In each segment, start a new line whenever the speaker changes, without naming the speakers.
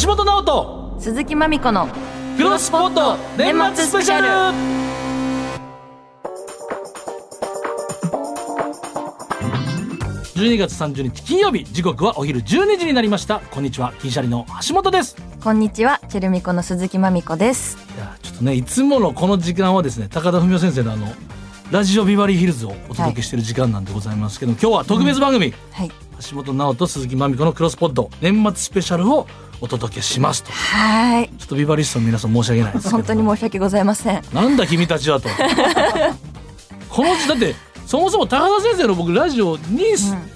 橋本直人
鈴木まみこの
クロスポット年末スペシャル12月30日金曜日時刻はお昼12時になりましたこんにちは銀シャリの橋本です
こんにちはチェルミコの鈴木まみこです
いやちょっとねいつものこの時間はですね高田文夫先生のあのラジオビバリーヒルズをお届けしている時間なんでございますけど、今日は特別番組、
はい
橋本直人鈴木まみ子のクロスポッド年末スペシャルをお届けしますとち
はーい
ょっとビバリストの皆さん申し訳ないですけど
本当に申し訳ございません
なんだ君たち はとこのうちだってそもそも高田先生の僕ラジオに、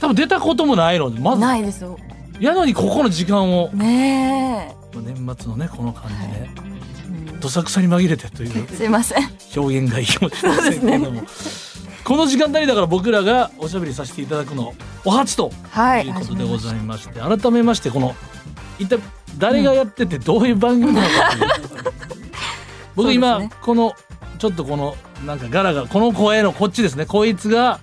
多分出たこともないのでまず
ないですよ
やのにここの時間を
ね
年末のねこの感じで、
え、うん
どさくさに紛れてという
すいません
表現がいいかもしれませんけれども、この時間帯にだから僕らがおしゃべりさせていただくのお初と
はい
ということでございまして改めましてこの一体誰がやっててどういう番組なのかという 僕
そう
今
です
このちょっとこのなんかガラがこの声のこっちですねこいつが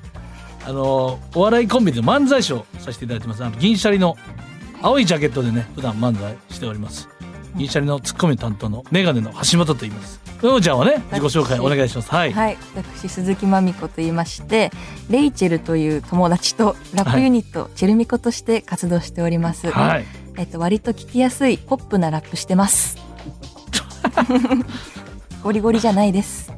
あのお笑いコンビで漫才師をさせていただいてますあの銀シャリの青いジャケットでね普段漫才しております銀シャリのツッコミ担当のメガネの橋本と言いますうのちゃんはね自己紹介お願いしますはい、
はい、私鈴木まみこと言いましてレイチェルという友達とラップユニット、チェルミコとして活動しております、
はい、
えっと、割と聞きやすいポップなラップしてます ゴリゴリじゃないです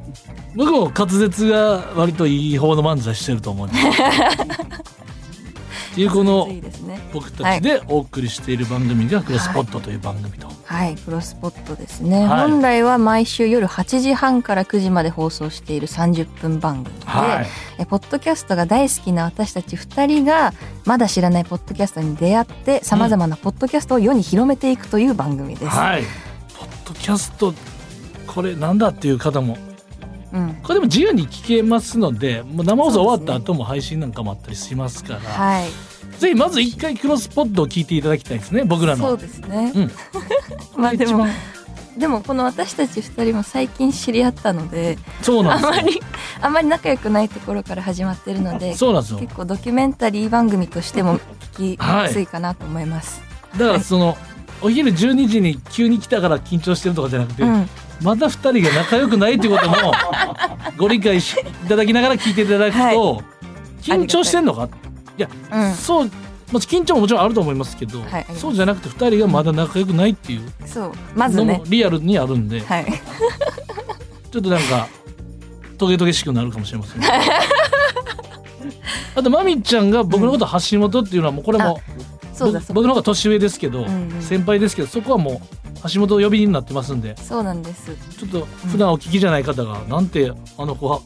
僕も滑舌が割といい方の漫才してると 思うんですっていうこの
いいですね
僕たちでお送りしている番組が「クロスポット」という番組と、
はいクロスポットですね、
はい
本来は毎週夜8時半から9時まで放送している30分番組で、
はい
えポッドキャストが大好きな私たち2人がまだ知らないポッドキャストに出会ってさまざまなポッドキャストを世に広めていくという番組です、
はいポッドキャストこれなんだっていう方も
うん、
これでも自由に聞けますのでもう生放送終わった
そうで
後も配信なんかもあったりしますから
はい
ぜひまず一回クロスポットを聞いていただきたいですね僕ら
そう
の。
ですね、
うん
まあで
一
も
番
でもこの私たち2人も最近知り合ったので
そうな
あ
んで
ます
よ
りあまり仲良くないところから始まってるので
そうなんですよ
結構ドキュメンタリー番組としても聞きやすいかなと思います、
だからそのお昼12時に急に来たから緊張してるとかじゃなくて、
うん
また二人が仲良くないって こともご理解しいただきながら聞いていただくと、
はい
緊張してんのかいや、
うん
そう、まあ、緊張ももちろんあると思いますけど、
はいあります
そうじゃなくて二人がまだ仲良くないっていう
そうまず
の
ね
もリアルにあるんで、
はい
ちょっとなんかトゲトゲしくなるかもしれま せん、あとまみちゃんが僕のこと橋本っていうのはもうこれも、
そうだ
僕
そう
僕の方が年上ですけど、
んうん
先輩ですけどそこはもう橋本呼びになってますんで
そうなんです
ちょっと普段お聞きじゃない方が、なんてあの子は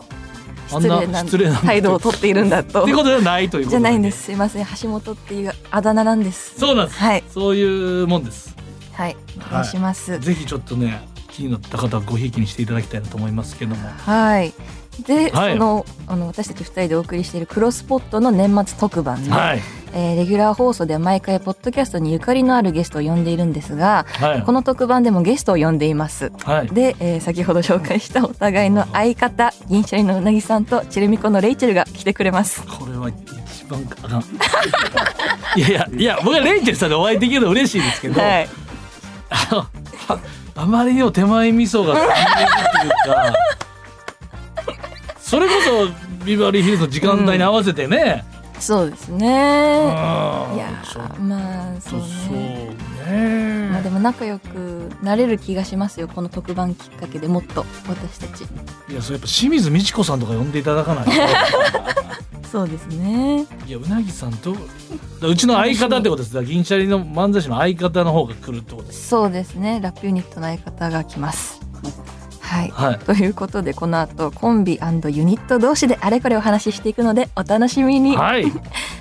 あん
失
な
礼な
失礼な
態度をとっているん だ
っ
と
ていうことではないということ
じゃないんですすいません橋本っていうあだ名なんです
そうなんです
はい
そういうもんです
はいお願いします、
ぜひちょっとね気になった方はごひいきにしていただきたいなと思いますけども
はい。で、
はい
そのあの私たち2人でお送りしている「クロスポット」の年末特番で、
はい
えーレギュラー放送では毎回ポッドキャストにゆかりのあるゲストを呼んでいるんですが
はい
この特番でもゲストを呼んでいます。
はい
で、えー先ほど紹介したお互いの相方銀シャリのうなぎさんとチェルミコのレイチェルが来てくれます。
これは一番あかん いやいやいや僕はレイチェルさんでお会いできるの嬉しいですけど、
はい、
あのああまりにも手前味噌が足りないという かそれこそビバリーヒルズの時間帯に合わせてね、
そうですね。い
い
や
ちょっ
ーまあ
とそ
そううね。
ね
まあでも仲良くなれる気がしますよこの特番きっかけでもっと私たち。
いやそれやっぱ清水美智子さんとか呼んでいただか ないと
そうですね。
いやうなぎさんとだからうちの相方ってことですだから銀シャリの漫才師の相方の方が来るってことです
そうですね。ラップユニットの相方が来ます。はい。
はい
ということで、この後、コンビユニット同士であれこれお話ししていくので、お楽しみに。はい、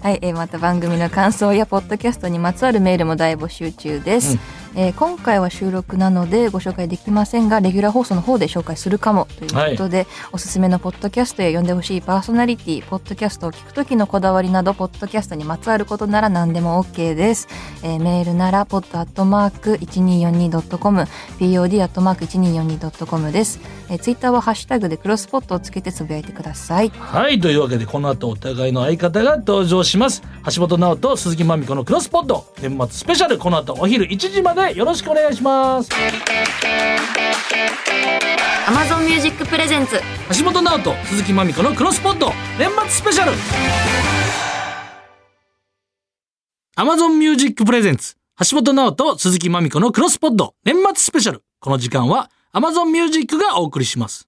はい
えーまた番組の感想や、ポッドキャストにまつわるメールも大募集中です。えー今回は収録なのでご紹介できませんが、レギュラー放送の方で紹介するかもということで、おすすめのポッドキャストや呼んでほしいパーソナリティ、ポッドキャストを聞くときのこだわりなど、ポッドキャストにまつわることなら何でも OK です。えーメールなら、pod.1242.com、pod.1242.com です。えー、ツイッターはハッシュタグでクロスポットをつけてつぶやいてください。
はいというわけでこの後お互いの相方が登場します橋本直人鈴木まみ子のクロスポッド年末スペシャルこの後お昼1時まででよろしくお願いします。
Amazon Music Presents
橋本直人、鈴木まみこのクロスポット年末スペシャル Amazon Music Presents 橋本直人、鈴木まみこのクロスポット年末スペシャルこの時間は Amazon Music がお送りします。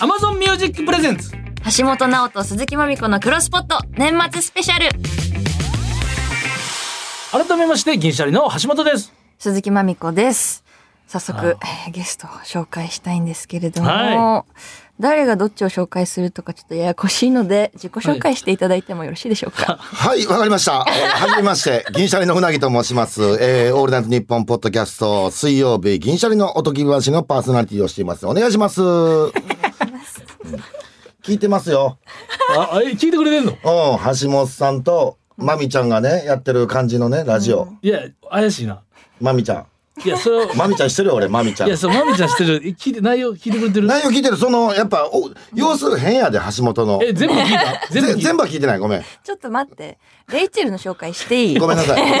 Amazon Music Presents
橋本直人鈴木まみこのクロスポット年末スペシャル
改めまして銀シャリの橋本です。
鈴木まみこです。早
はい
速、えーゲストを紹介したいんですけれども、
は
誰がどっちを紹介するとかちょっとややこしいので、自己紹介していただいてもよろしいでしょうか。
はい、わかりました。えーはじめまして、銀シャリのうなぎと申します。えー、オールナイトニッポンポッドキャスト、水曜日、銀シャリのおとぎ話のパーソナリティをしています。お願いします。うん聞いてますよ。
あ、あえ聞いてくれてんの
うん、橋本さんと、まみちゃんがね、やってる感じのね、ラジオ。
いや、怪しいな。
まみちゃ
いや、それを、
ん。まみちゃんしてるよ、俺、まみちゃん
いや、。そう、まみちゃん知ってる。え聞いて、内容聞いてくれてる。
内容聞いてる、その、やっぱ、お様子変やで、橋本の。
え、全部聞いた 全部
ぜ
聞い
全部は聞いてない、ごめん。
ちょっと待って、レイチェルの紹介して いい
ごめんなさい。レ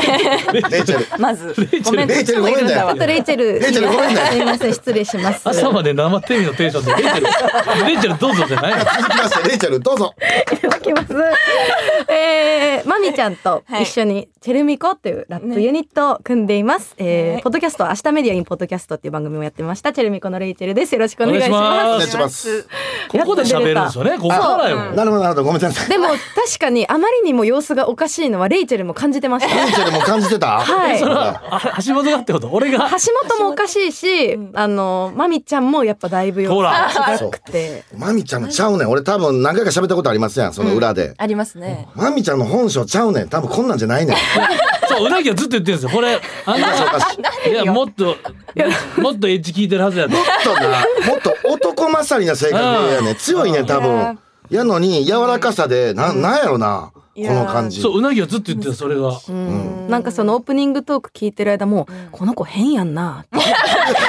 イチェル。
まず
ェル、
ごめん、
レイチェルごめ
こっち
んね
もいるだわ
ちょっとレイチェル。
レイチェルごめんね
すいません、失礼します。
た。朝まで生テレビのテンションで、レイチェル、レイチェルどうぞじゃないの
続きまして、レイチェル、どうぞ。
いただきます。えー、まみちゃんと
はい
一緒にチェルミコっていうラップユニットを組んでいます。えー
はい
ポッドキャストは明日メディアインポッドキャストっていう番組もやってました。チェルミコのレイチェルです。よろしくお願いし
お願
ま
お
い
願
し
いします。
す。
ここで喋るんですよね。ここからよ。
なるほど、なるほど、ごめんなさい。
でも確かにあまりにも様子がおかしいのはレイチェルも感じてました。
レイチェルも感じてた。
はい
そうか
あ、橋本がってこと俺 が。
橋本もおかしいし、あの、まみちゃんもやっぱだいぶ様
ほ
子
ら
が違くて。
マミちゃんのちゃうねん。俺多分何回か喋ったことありますやん、その裏で。
ありますね。
マミちゃんの本性ちゃうねん。多分こんなんじゃないねん。
そう、うなぎはずっと言ってるんですよ。これ、あん
おか
た、
しい
いや、もっと、もっとエッジ聞いてるはずやと。
ちょっとなもっと男勝りな性格やねん。強いねん、多
いや
分。やのに、柔らかさで、な、なんやろな。こ
いやー
の感じ。
そう、うなぎはずっと言ってる、それが。
なんかそのオープニングトーク聞いてる間も、この子変やんな ってずっ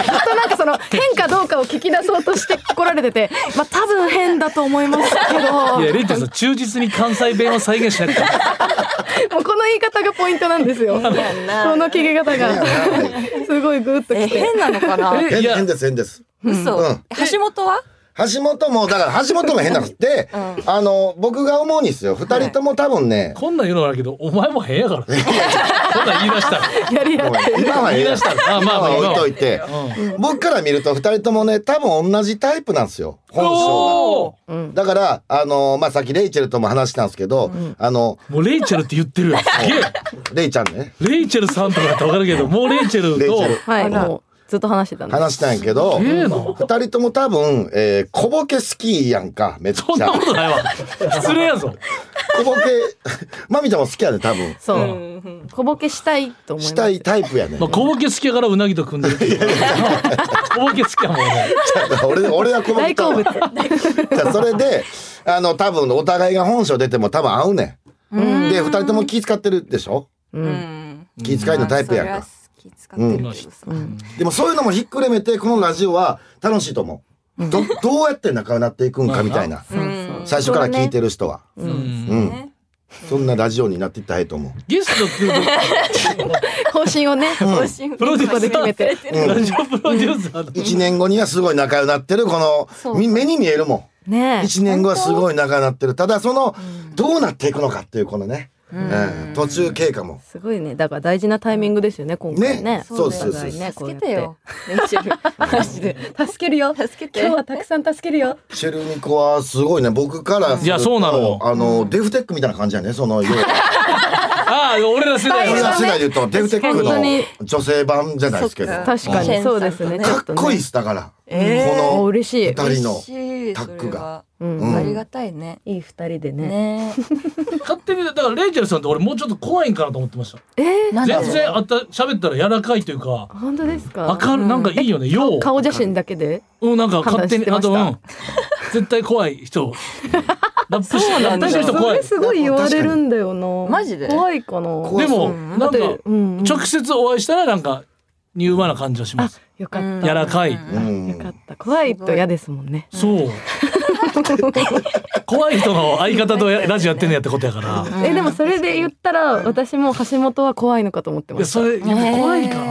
となんかその変かどうかを聞き出そうとして来られててまあ多分変だと思いますけど
いや、レイチェルさん、忠実に関西弁を再現しなくて。
もうこの言い方がポイントなんですよこの聞き方
変やな
が
って
すごいグッと
え、
きて
変なのかな
えい
変
や
変です、変です。
嘘。
うん
橋本は
橋本も、だから橋本も変なくて、あの、僕が思うんですよ。二人とも多分ね、
こんなん言うのあるけど、お前も変やから。こんなん言い出したら。
やり合
ご
って
めん今は言い出したら。
あま
今
あまあ
は置いといて。僕から見ると二人ともね、多分同じタイプなんですよ。本性が。
おー
だから、あのまあ、さっきレイチェルとも話したんですけど、あの、
もうレイチェルって言ってるよ。すげえ。
レイちゃんね、
レイチェルさんとかだってわかるけど、もうレイチェル
レイチ
と
ェル、
はいもうずっと話してたんです
話したんやけど、
ええな。
二人とも多分、えー、小ボケ好きやんか、めっちゃ。
そんなことないわ。失礼やぞ。
小ボケ、 まみちゃんも好きやで、多分。
そう小ボケしたいと思います
したいタイプやね
まあ、小ボケ好きやからうなぎと組んでるっていう。小ボケ好きやもんね。
俺、俺は小ボケ
大
と。
好物
じゃあそれで、あの、多分、お互いが本性出ても多分合うねん。で、二人とも気使ってるでしょ
うん。
気遣いのタイプやんか。
それは気使ってるけどさ
でもそういうのもひっくるめて、このラジオは楽しいと思う。ど、どうやって仲良くなっていくんかみたいな。
うん
最初から聞いてる人は。
うん
うん。そんなラジオになっていったらいいと思
ゲスト来る
方針をね方針
プロデューサー
で決めて
と、ラジオプロデューサーの
う。一年後にはすごい仲良くなってる、この、み目に見えるも
ね
ん。一年後はすごい仲良くなってる。ただ、その、どうなっていくのかっていう、このね、うん途中経過も。
すごいねだから大事なタイミングですよね今回ね
ねそうです
お互いねこ
助
う
け
やって
よ。レイチェル。マジで。
助けるよ
助けて
今日はたくさん助けるよ
チェルミコはすごいね、僕からすると。
いやそうなの
あの、デフテックみたいな感じやね、その、要は。
ああ、俺ら世代
俺
や
ら世代で言うと、デフテック
本当に
の女性版じゃないですけど。
そっ
か
確か
シェ
に
ン
そうですね
さん
っこいいっ
ち
す、だから。
えー
ょっとねお
この、
嬉しい
二人の
嬉しい
タッグが。
それは
うん
ありがたいね。
いい二人でね
ね
勝手に、だからレイチェルさんって俺もうちょっと怖いんかなと思ってました。
え。なんだ
全
ろう。
然あった、喋ったら柔らかいというか、
本当ですか
明るい、なんかいいよね。よう。
顔写真だけで
うん、なんか勝手に、あ
判
と、
断して
う
ました
ん。絶対怖い人。ラップし、ラ
な
ッ
んだ
プしてる人
そ
怖い
れ。すごい言われるんだよな
マジで
怖いかな
う
でも、
うん
なんか、
だってうん
直接お会いしたら、なんか、柔和な感じはします。
よかっ
柔
た
らかい。
うん
よかった怖いと嫌ですもんね
そう。 怖い人の相方とやラジオやってんねやってことやから。
えでもそれで言ったら私も橋本は怖いのかと思って
い
ま
や
した
それやっぱ怖いか
え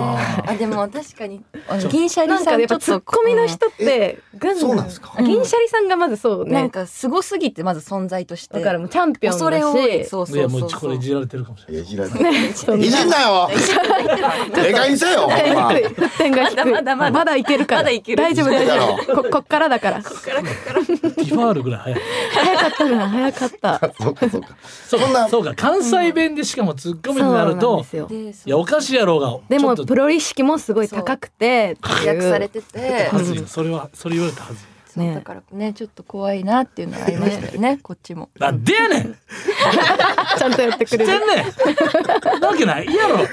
ー
な。
あでも確かに銀シャリ
なん
さ
か
ん
やっ
ちょ
ぱ
っ
ツ
と
ッコミの人って軍
そうなんですか
あ銀シャリさんがまずそう
な
ね
んかすごすぎてまず存在として
だからもうチャンピオン
恐れ
だ
多い
し
そうそう
いや
そ
も
う
うこれいじられてるかもしれない。
いやいじられない
ねそんない
じんなよええかいにせよほんま
低い発展が低い
まだまだまだ
いけるから
まだいける
大丈夫
いけ
大
るだろ
丈夫ここっからだから
ディファールぐらい早い。
早かったな早かった
そうかそうか
そう
そんな
そうか関西弁でしかもツッコミになる
そうなん
と
ですよ
で
いやおかしいやろうが
でも
ちょっ
プ
と
ロ意識もすごい高くてっていう
訳されてて
恥ずいそれはそれ言われたはずい。
そう
ね
だからねちょっと怖いなっていうのはありましたよねこっちも
なんでやねんし
ちゃんとやってく
て
れ
んね
る
んなわけないやろ
めっ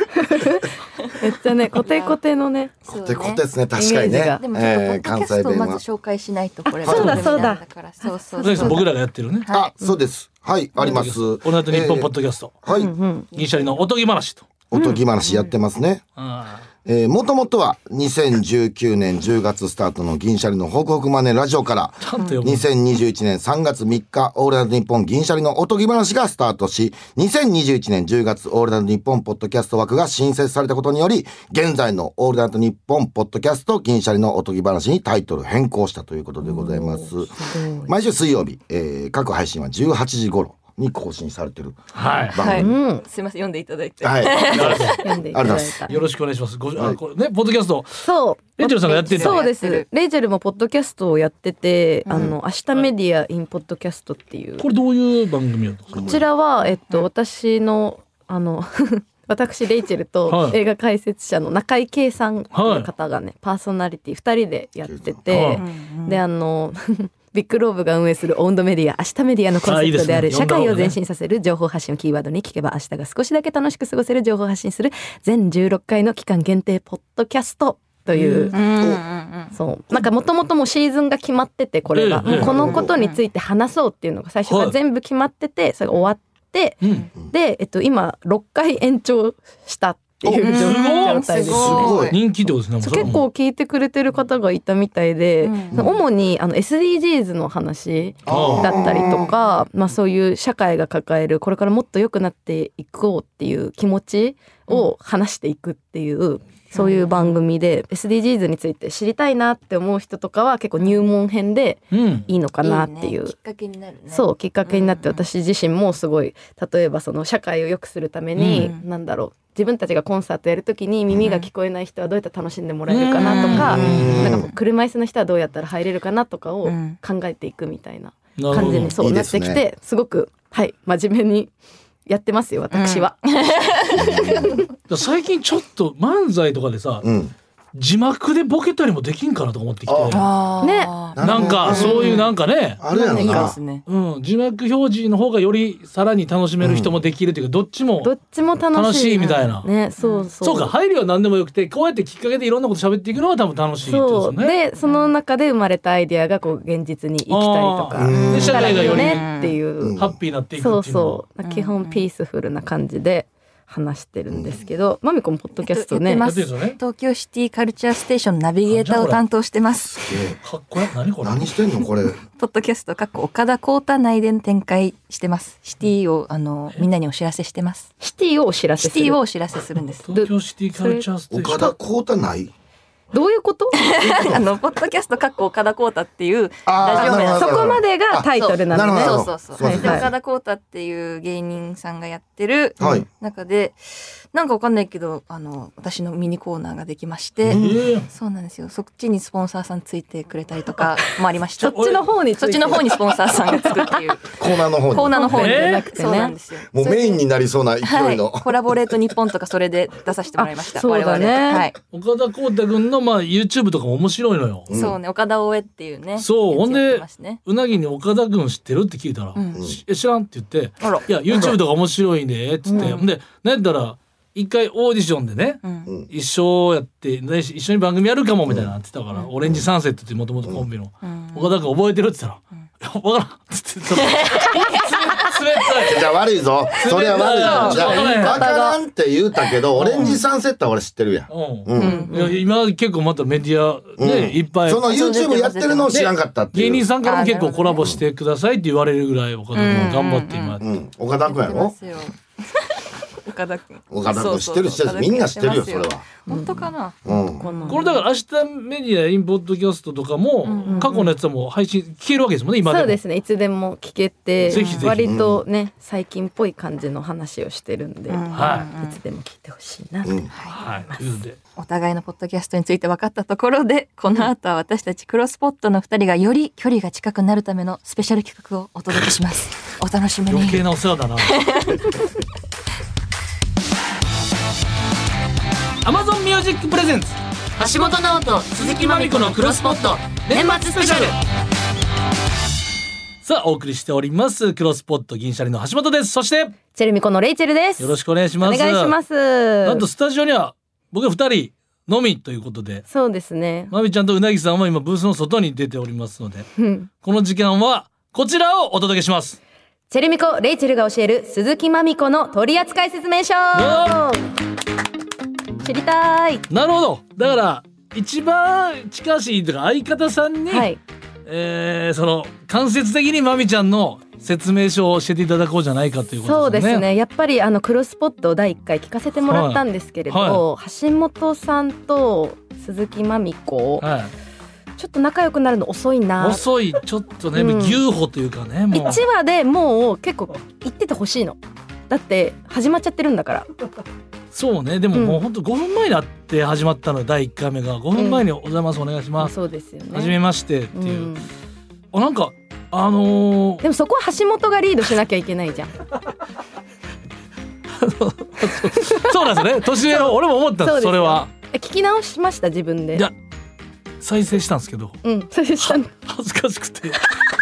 ちゃねコテコテのね
そ
でことですね確
イメ
か
ー
に
ジ
ね
が
でもちょっとポ
え
ッ
ー
ドキ
関
ャス
西
トを
弁
ま
は
ず紹介しないとこれ
あそうだそうだ
からそうそう
小崎さ
そ
ん
う
僕らがやってるね。
あそうですはいあります
オールナイト日本ポッドキャスト
えーはい
うん
銀シャリのおとぎ話と。
おとぎ話やってますね
あ
えー、もともとは2019年10月スタートの銀シャリの報告マネラジオから
あ、ちゃんと読む。
2021年3月3日、オールナイトニッポン銀シャリのおとぎ話がスタートし、2021年10月、オールナイトニッポンポッドキャスト枠が新設されたことにより、現在のオールナイトニッポンポッドキャスト銀シャリのおとぎ話にタイトル変更したということでございます。毎週水曜日、えー各配信は18時頃に更新されてる
はい。
番組。
うん
すいません読んでいただいて
はい。
読んでいた
ありがとうご
だ
ざ
い
い
た
よろしくお願いします。ご、あ、これね、ポッドキャスト、
そう
レンジェルさんがやってんだ
そうで
やって
す
る
レイチェルもポッドキャストをやってて、
うん
あの明日メディアインポッドキャストっていう
これどういう番組やったんですか
こちらは、えっと、私の、あの、 私レイチェル
は
と
い
映画解説者の中井圭さんっていう方がね、パーソナリティ2人でやって
はい
て、であの ビッグローブが運営するオウンドメディア明日メディアのコン
あいい
セ
ですね
プトである社会
呼んだ方
を
がね
前進させる情報発信をキーワードに聞けば明日が少しだけ楽しく過ごせる情報発信する全16回の期間限定ポッドキャストという
うんうんうん
そうなんかもともともうシーズンが決まっててこれが、
ええええ
このことについて話そうっていうのが最初から全部決まっててそれが終わって
うん。
で、えっと、今6回延長したっていう
お
状
すごい
状態です
す
ね。
ごい。
人気ってことですね。もう
そう
それは
結
も
構聞いてくれてる方がいたみたいで、
うん
主にあの SDGs の話
あー
だったりとか、まあ、そういう社会が抱えるこれからもっと良くなっていこうっていう気持ちを話していくっていう、そういう番組で SDGs について知りたいなって思う人とかは結構入門編で
う。うん。
いいのか
いい
なっ
ね
ていう
きっかけになるね
そうきっかけになって
うんうん
私自身もすごい例えばその社会を良くするために、
うん
なんだろう自分たちがコンサートやるときに耳が聞こえない人はどうやったら楽しんでもらえるかなとか,、
うん
なんかこう車椅子の人はどうやったら入れるかなとかを
うん
考えていくみたいな
なる
感
ほ
じ
ど
に。そう
いい
な
で
っ
す
て
ね
きてすごくはい真面目にやってますよ私は。
最近ちょっと漫才とかでさ、
うん。
字幕でボケたりもできんかなとか思ってきて。
あー
ね
なんか、そういうなんかね、
あるやろ
いいで
な
す。ね
うん、字幕表示の方がよりさらに楽しめる人もできるというか、どっちも
どっちも楽しい
楽しいみたいな
ねそうそ
そ
う
うか配慮は何でもよくてこうやってきっかけでいろんなこと喋っていくのが多分楽しいってこ
そ
と
う
ですよね。
でその中で生まれたアイデアがこう現実に生きたりと
あ
か
ーで
だからいいよ
社会が
ねっていううん
ハッピーになっていく
そう
っていうの
そ
は
う基本ピースフルな感じで話してるんですけど、まみこもポッドキャスト
やって
ね
や
ま
っ
す
てるんですよね。
東京シティカルチャーステーションナビゲーターを担当してます
かっこよく何これ。
何してんのこれ。
ポッドキャストかっこ岡田光太内で展開してますシティをあのみんなにお知らせしてます
シティをお知らせ
シ
す
テ
る
ィをお知らせす るんです
東京シティカルチャーステーショ
岡
ン。
田光太ない
どういうこと
あのポッドキャストかっこ岡田光太っていう
あ
ラジオ名
なるほ
そ
ど
こまでがタイトルなの
あ
ね
なるほ
そ
ど
うそうそう、
はい
はい
で岡田光太っていう芸人さんがやってる
はい
中で、なんかわかんないけどあの私のミニコーナーができまして、
ええ
そうなんですよそっちにスポンサーさんついてくれたりとかもありまし
そ
た
っちの方につい
そってちの方にスポンサーさんがつくっていう
コーナーの方に。
コーナーの方に、
えー
そうなんですよ
もうメインになりそうな勢いの。
はい、コラボレート日本とかそれで出させてもらいました
あそうだね
我々はい、
岡田光太君のまあ YouTube とかも面白いのよ。
ん
そうね岡田大江っていうね
そうほんで
やつやってますね
うなぎに岡田君知ってるって聞いたら、
うん
しえ知らんって言って
あら
「いや YouTube とか面白いね」っつって、
うん
ん、でなんやったら一回オーディションでね
うん
一緒やってね一緒に番組やるかもみたいなのあってたから、オレンジサンセットってもともとコンビの、
うん
岡田君覚えてるって言ったら「いや分からん」っつってちょっとつたい
じゃあ悪 いぞ。それは悪いぞ。じ
そう
ゃあ、わからんって言うたけど、オレンジサンセットは俺知ってるやん。
う
うん。
うん
んいや今結構またメディア
うん
ねいっぱい
その YouTube やってるのを知らんかったっていう。
芸人さんからも結構コラボしてくださいって言われるぐらい岡田君頑張って今
うん。岡田君やろ
ますよ岡田君
岡田君知ってる知ってる。みんな知ってるよ、それは。
本当かな
うん。
これだから明日メディアインポッドキャストとかも過去のやつはもう配信聞けるわけですもんね今でも
そうですねいつでも聞けて
ぜひぜひ
割とね最近っぽい感じの話をしてるんで、い
は
つでも聞いてほしいな、
うん。
はいということで
お互いのポッドキャストについて分かったところでこの後は私たちクロスポットの2人がより距離が近くなるためのスペシャル企画をお届けしますお楽しみに
余計なお世話だなアマゾンミュージックプレゼンツ
橋本直人、鈴木まみこのクロスポット、年末スペシャル。
さあお送りしておりますクロスポット銀シャリの橋本ですそしてよ
チェルミコのレイチェルです
ろしくお願いします
お願いします
なんとスタジオには僕二人のみということで
そうですね
まみちゃんとうなぎさんは今ブースの外に出ておりますので
うん
この時間はこちらをお届けします
チェルミコレイチェルが教える鈴木まみこの取扱説明書
わ
知りたい
なるほどだから一番近しいというか相方さんに、
はい
えーその間接的にまみちゃんの説明書を教えていただこうじゃないかというこ
そ
と
う
で
です
ね。
すねやっぱりあのクロスポットを第1回聞かせてもらったんですけれど、
はい
橋本さんと鈴木まみこ、
は
ちょっと仲良くなるの遅い
い、
な
遅いちょっとね、
うん
牛歩というかねもう
1話でもう結構言っててほしいのだって始まっちゃってるんだから
そうねでも
うん
もうほんと5分前になって始まったのよ第1回目が5分前に「おはようございますお願いします」
そうですよね
はじめまして」っていうう、
ん
あなんかあの ー
でもそこは橋本がリードしなきゃいけないじゃん
そうなんですよね年上の俺も思ったんです
そうですよ
それは
え聞き直しました自分で
いや再生したんですけど
うんそうでした
恥ずかしくて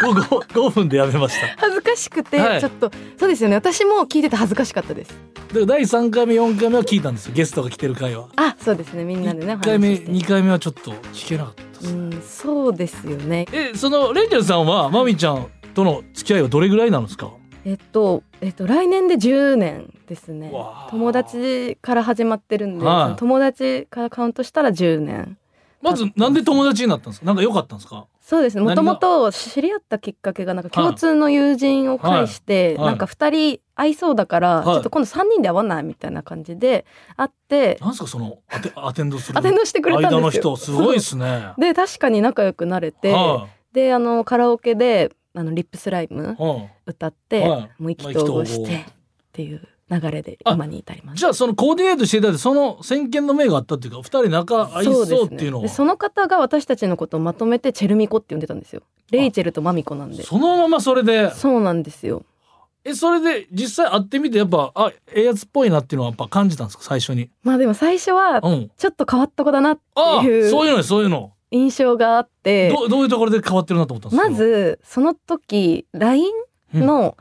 5, 分でやめました
恥ずかしくて、
はい
ちょっとそうですよね私も聞いてて恥ずかしかったです
だから第3回目4回目は聞いたんですよゲストが来てる回は
あそうですねみんなでね
1回目
お話しして
2回目はちょっと聞けなかったです、
うんそうですよね
えそのレイチェルさんはまみちゃんとの付き合いはどれぐらいなんですか
えっとえっと来年で10年ですね
わあ
友達から始まってるんで、
はい
その友達からカウントしたら10年
まずなんで友達になったんですかなんか良かったんですか
そうですねも
何
と
が
もと知り合ったきっかけがなんか
はい
共通の友人を介して、
はいはい
なんか2人会いそうだから、
い
ちょっと今度3人で会わないみたいな感じで会って
なんですかそのアテアテンドする
アテンドしてくれた
間
ん
の
ですよ
人すごいですねは
で確かに仲良くなれ
い
て、であのカラオケであのリップスライム
はい
歌って、
はい
もう意気投合し
まあ
て
意気投合
っていう流れで
あ
今に至ります
じゃあそのコーディネートしていただいてその先見の明があったっていうか二人仲合いそうっていうの
で
は
その方が私たちのことをまとめてチェルミコって呼んでたんですよレイチェルとマミコなんで
そのままそれで
そうなんですよ
えそれで実際会ってみてやっぱあええやつっぽいなっていうのはやっぱ感じたんですか最初に
まあでも最初は
うん
ちょっと変わった子だなっ
ああ
ていう
そういうのよそういうの
印象があって
どどういうところで変わってるなと思ったんですか
まずその時 LINE
うん
の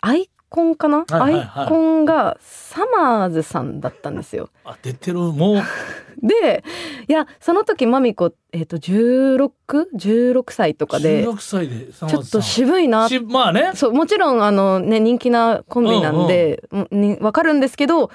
アイコンかな、
はいはいはい
アイコンがサマーズさんだったんですよ。
あ出てるもう
でいやその時マミコ、えー、と 16?16 歳とかで
16歳でち
ちょっと渋いなって
しまあね
そうもちろんあの、ね、人気なコンビなんで、うんに分かるんですけど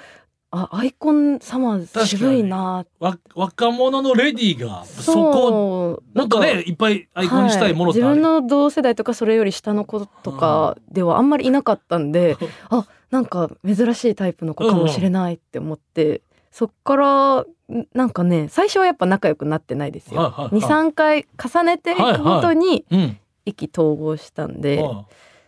あアイコンサマ
か
ー
に
渋いな
わ若者のレディーがそこ
そう
もっとねいっぱいアイコンにしたいもの
は
って
自
ある
分の同世代とかそれより下の子とかではあんまりいなかったん で、あなんか珍しいタイプの子かもしれないって思って、そっからんなんかね最初はやっぱ仲良くなってないですよ。
はいはい はい
23回重ねていくごとに
うん
意気投合したんで、
あ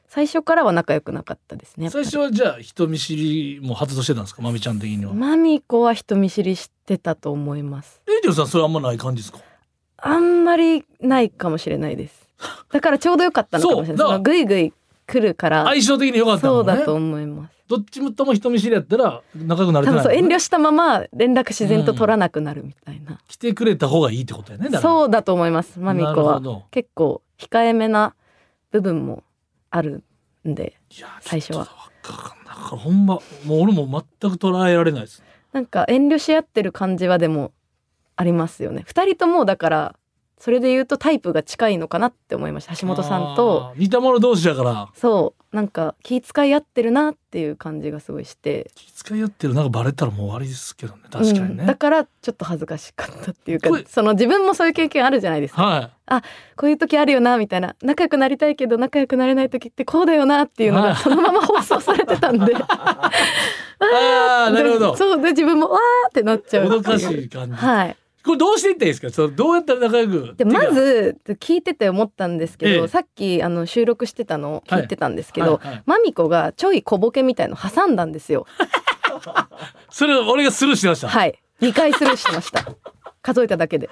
最初からは仲良くなかったです
あ
ねやっぱり
最初はじゃあ人見知りも発動してたんですかまみちゃん的には
マミコは人見知りしてたと思います。
レイディオさんそれあんまない感じですか
あんまりないかもしれな いです。だからちょうど良かったのかもし
そう
れない。
だ
そのぐいぐい来るから、
相性的に良かった
そ
も
うん
ね
だと思います。
どっちもとも人見知りやったら仲良くなれ
多
てない
分そう遠慮したまま連絡自然と取らなくなるみたいな。
来てくれた方がいいってことやねだから
そうだと思います。マミ
な
コ
るほ
は
ど
結構控えめな部分もあるんで、
いや
最初は
ちょっとわかんないだからほんまもう俺も全く捉えられないです
なんか遠慮し合ってる感じはでもありますよね。二人ともだからそれで言うとタイプが近いのかなって思いました橋本さんと
あー似た者同士だから
そうなんか気遣い合ってるなっていう感じがすごいして
気遣い合ってるなんかバレたらもう終わりですけどね確かに
うんだ
ね、
からちょっと恥ずかしかったっていうか
これ
その自分もそういう経験あるじゃないですか
は
こういう時あるよなみたいな仲良くなりたいけど仲良くなれない時ってこうだよなっていうの
はい
がそのまま放送されてたんで
いああなるほど
そうで自分もわーってなっちゃうって
も
いう
どかしい感じ、
はい
これどうしていったらいいですかそのどうやったら仲良く
でまず聞いてて思ったんですけど、
ええ
さっきあの収録してたのを聞いてたんですけど、
はいはい
マミコがちょい小ボケみたいの挟んだんですよ。
それを俺がスルーしてました、
はい。2回スルーして ました。数えただけで。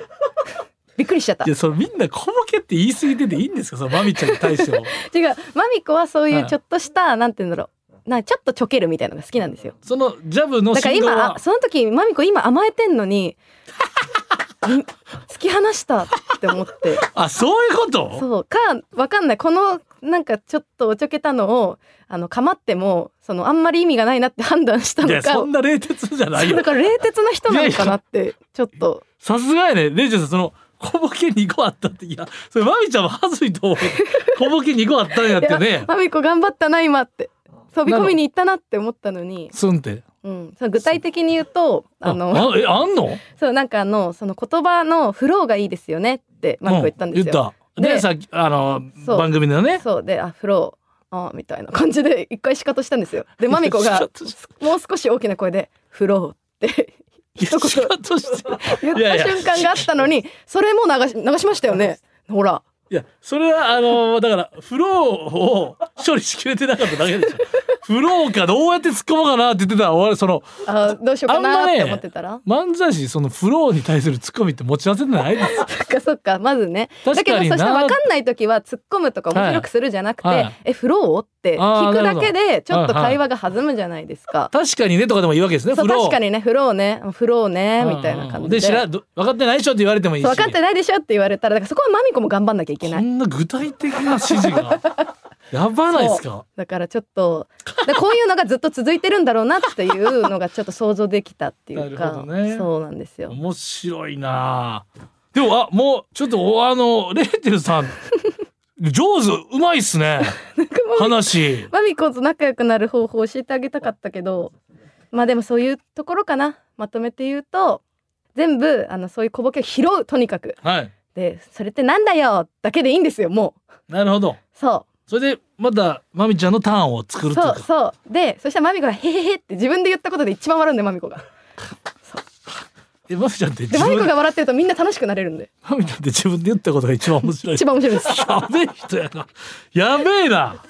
びっくりしちゃった。
い
違
や
う。
それみんな小ボケって言い過ぎてていいんですかそのマミちゃんに対 しても
マミコはそうい
は
う
い
ちょっとした、なんて言うんだろう。なちょっとちょけるみたいなのが好きなんですよ。
そのジャブの
だから
信号
今、
は
あその時、マミコ今甘えてんの に、ん突き放したって思って。
あそういうこと
そうかわかんないこのなんかちょっとおちょけたのをあの構ってもそのあんまり意味がないなって判断した
い
の
や
か
そんな冷徹じゃない
そう
よ
だから冷徹な人なのかなってちょっと
さすがやねレイジェンさんその小ボケ2個あったっていやそれマミちゃんは恥ずい と思う小ボケ2個あったんやっ
い
て
や
ね
マミコ頑張ったな今って飛び込みに行ったなって思ったのに、
すんって
うん、そう具体的に言うとあの
あえあんの
そうなんかあのその言葉のフローがいいですよねってマミコ言ったんですよ。
うん言ったで
で
さっきあの
そう
番組のね
そうであフローあみたいな感じで一回仕方したんですよ。でマ ミコ
仕
が
方し
もう少し大きな声でフローって一言
仕方して
言っ
いやい
た
や
瞬間があったのにそれも流し流しましたよねほら
いやそれはあのだからフローを処理しきれてなかっただけでしょフローかどうやって突っ込もうかなって言ってたら俺その
あどうしようかなって思ってたら、
漫才師そのフローに対する突っ込みって持ち合わせてないですよ
そっかそっかまずね
確
だけど
か
そ
に
したら
な
分かんない時は突っ込むとか面白くするじゃなくて「
はいはい
えフロー?」って
あー
聞くだけでちょっと
はいはい
会話が弾むじゃないですか。
確かにねとかでもいいわけですね
そう
フロー
確かにね「フローね」「フローね」みたいな
うんう
感
ん
じ
で
で
知らど分かってないでしょって言われてもいいし
そう分かってないでしょ」って言われたらだからそこはマミコも頑張んなきゃいけな
こ
い。
んな具体的な指示がやばないですか
だからちょっとだからこういうのがずっと続いてるんだろうなっていうのがちょっと想像できたってい う
なる
か
ほどね
そうなんですよ。
面白いなあでもあもうちょっとおあのレーテルさん上手うまいっす ね話
マミコと仲良くなる方法を教えてあげたかったけどまあでもそういうところかなまとめて言うと全部あのそういう小ボケを拾うとにかく
はい
でそれってなんだよだけでいいんですよもう
なるほど
そ
それでまたまみちゃんのターンを作
う
るという
そう
か
そうでそしたらマミコが「へへへ」って自分で言ったことで一番笑うんでマミコが
えまみちゃんって自
でマミコ
分で
が笑ってるとみんな楽しくなれるんで
まみちゃんって自分で言ったことが一番面 白い
一番面白いです
やべえ人やなやべえなわ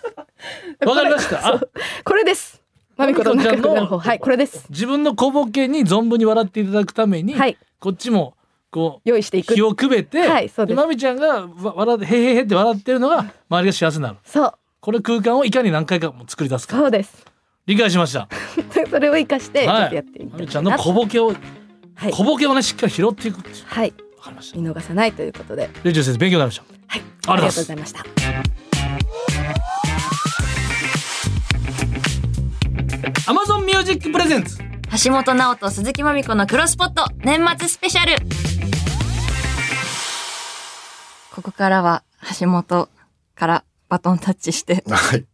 かりましたあ
これですマミコと仲良くな
マミコち
る方
ゃんの
はいこれです
自分の小ボケに存分に笑っていただくために、
はい
こっちもこ
用意して
う
いく
気をくべて、
はいそうです
まみちゃんがわ笑ってへへへって笑ってるのが周りが幸せになる
そう
この空間をいかに何回かも作り出すか
そうです
理解しました
それを生かしてちょ
は
っ
い
とやってみ
ま
たい
みちゃ
なん
の小ボケを
はい
小ボケをねしっかり拾っていくっていう
はい
わかりました
見逃さないということで
レイジュ先生勉強になりました
はい、
あ
あ
りが
りが
とうご
とうご
ざ
ざいました。
Amazon Music プレゼンツ
橋本直人鈴木まみこのクロスポット年末スペシャル
ここからは橋本からバトンタッチして、
はい。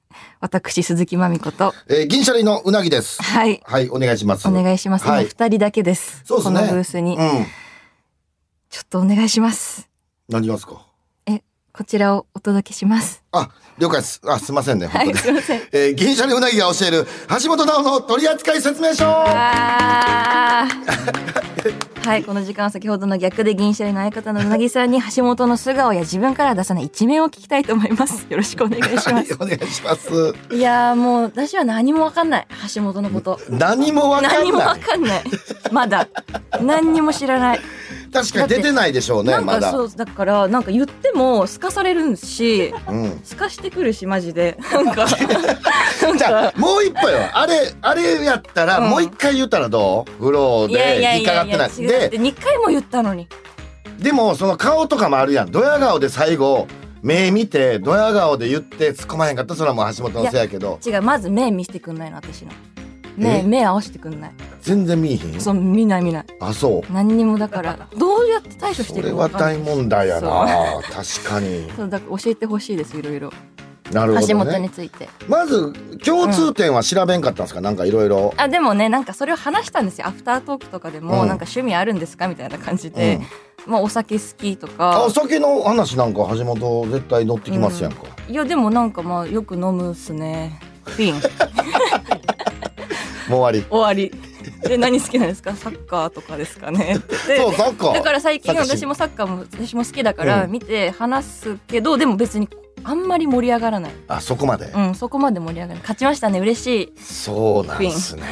私、鈴木まみこと、
えー銀シャリのうなぎです。
はい、
はい、お願いします。
お願いします。
は
今
い
二人だけです。
そうですね
このブースに
う。ん。
ちょっとお願いします。
何ますか
こちらをお届けします。
あ、了解です。あ、すいませんね、
は
本当
い、
に。
すいません。
えー銀シャリうなぎが教える、橋本直の取扱説明書
わーはい、この時間は先ほどの逆で銀シャリの相方のうなぎさんに橋本の素顔や自分から出さない一面を聞きたいと思います。よろしくお願いし
は
ま
い
す。、
お願いします。
いやーもう私は何もわかんない。橋本のこと。
何もわかんない。
何もわかんない。まだ。何にも知らない。
確かに出てないでしょうね、
なん
ま
か
だ。
そう、だから、なんか言っても、すかされるし、
うん。
すかしてくるし、マジで。なんか、なん
じ
か
ゃ、あ、もう一杯は、あれ、あれやったら、
うん
もう一回言ったらどうフロー
いやいや
で、引
い
っかか
や
っ
い
て
や、
ない。
違うって
で、
2回も言ったのに。
でも、その顔とかもあるやん。ドヤ顔で最後、目見て、ドヤ顔で言って突っ込まへんかったら、それはもう橋本のせいやけど、
違う、まず目見せてくんないの、私の。目、
え
目合わせてくんない。
全然見えへん
そう、見ない見ない。
あ、そう。
何にもだから、どうややって対処して
そ
る
れ
のわ
は
かんない
大問題やな確かに
そうだから教えてほしいですいろいろ
なるほ
橋
ど
本
ね
について
まず共通点は調べんかったんですかなんかいろいろ
あでもねなんかそれを話したんですよアフタートークとかでも、
うん
なんか趣味あるんですかみたいな感じで、まあお酒好きと
あ
か
お酒の話なんか橋本絶対乗ってきますやんか、
いやでもなんかまあよく飲むっすねフィン終
もう終わ
わりで何好きなんですかサッカーとかですか ねって
り
言
そ
っ
う
て
サッカー
だから最近
サッカーし
私もサッカーも私も好きだから
うん
見て話すけど、でも別にあんまり盛り上がらない、
あそこまで、
うん、そこまで盛り上がらない勝ちましたね嬉しい
そうなんすね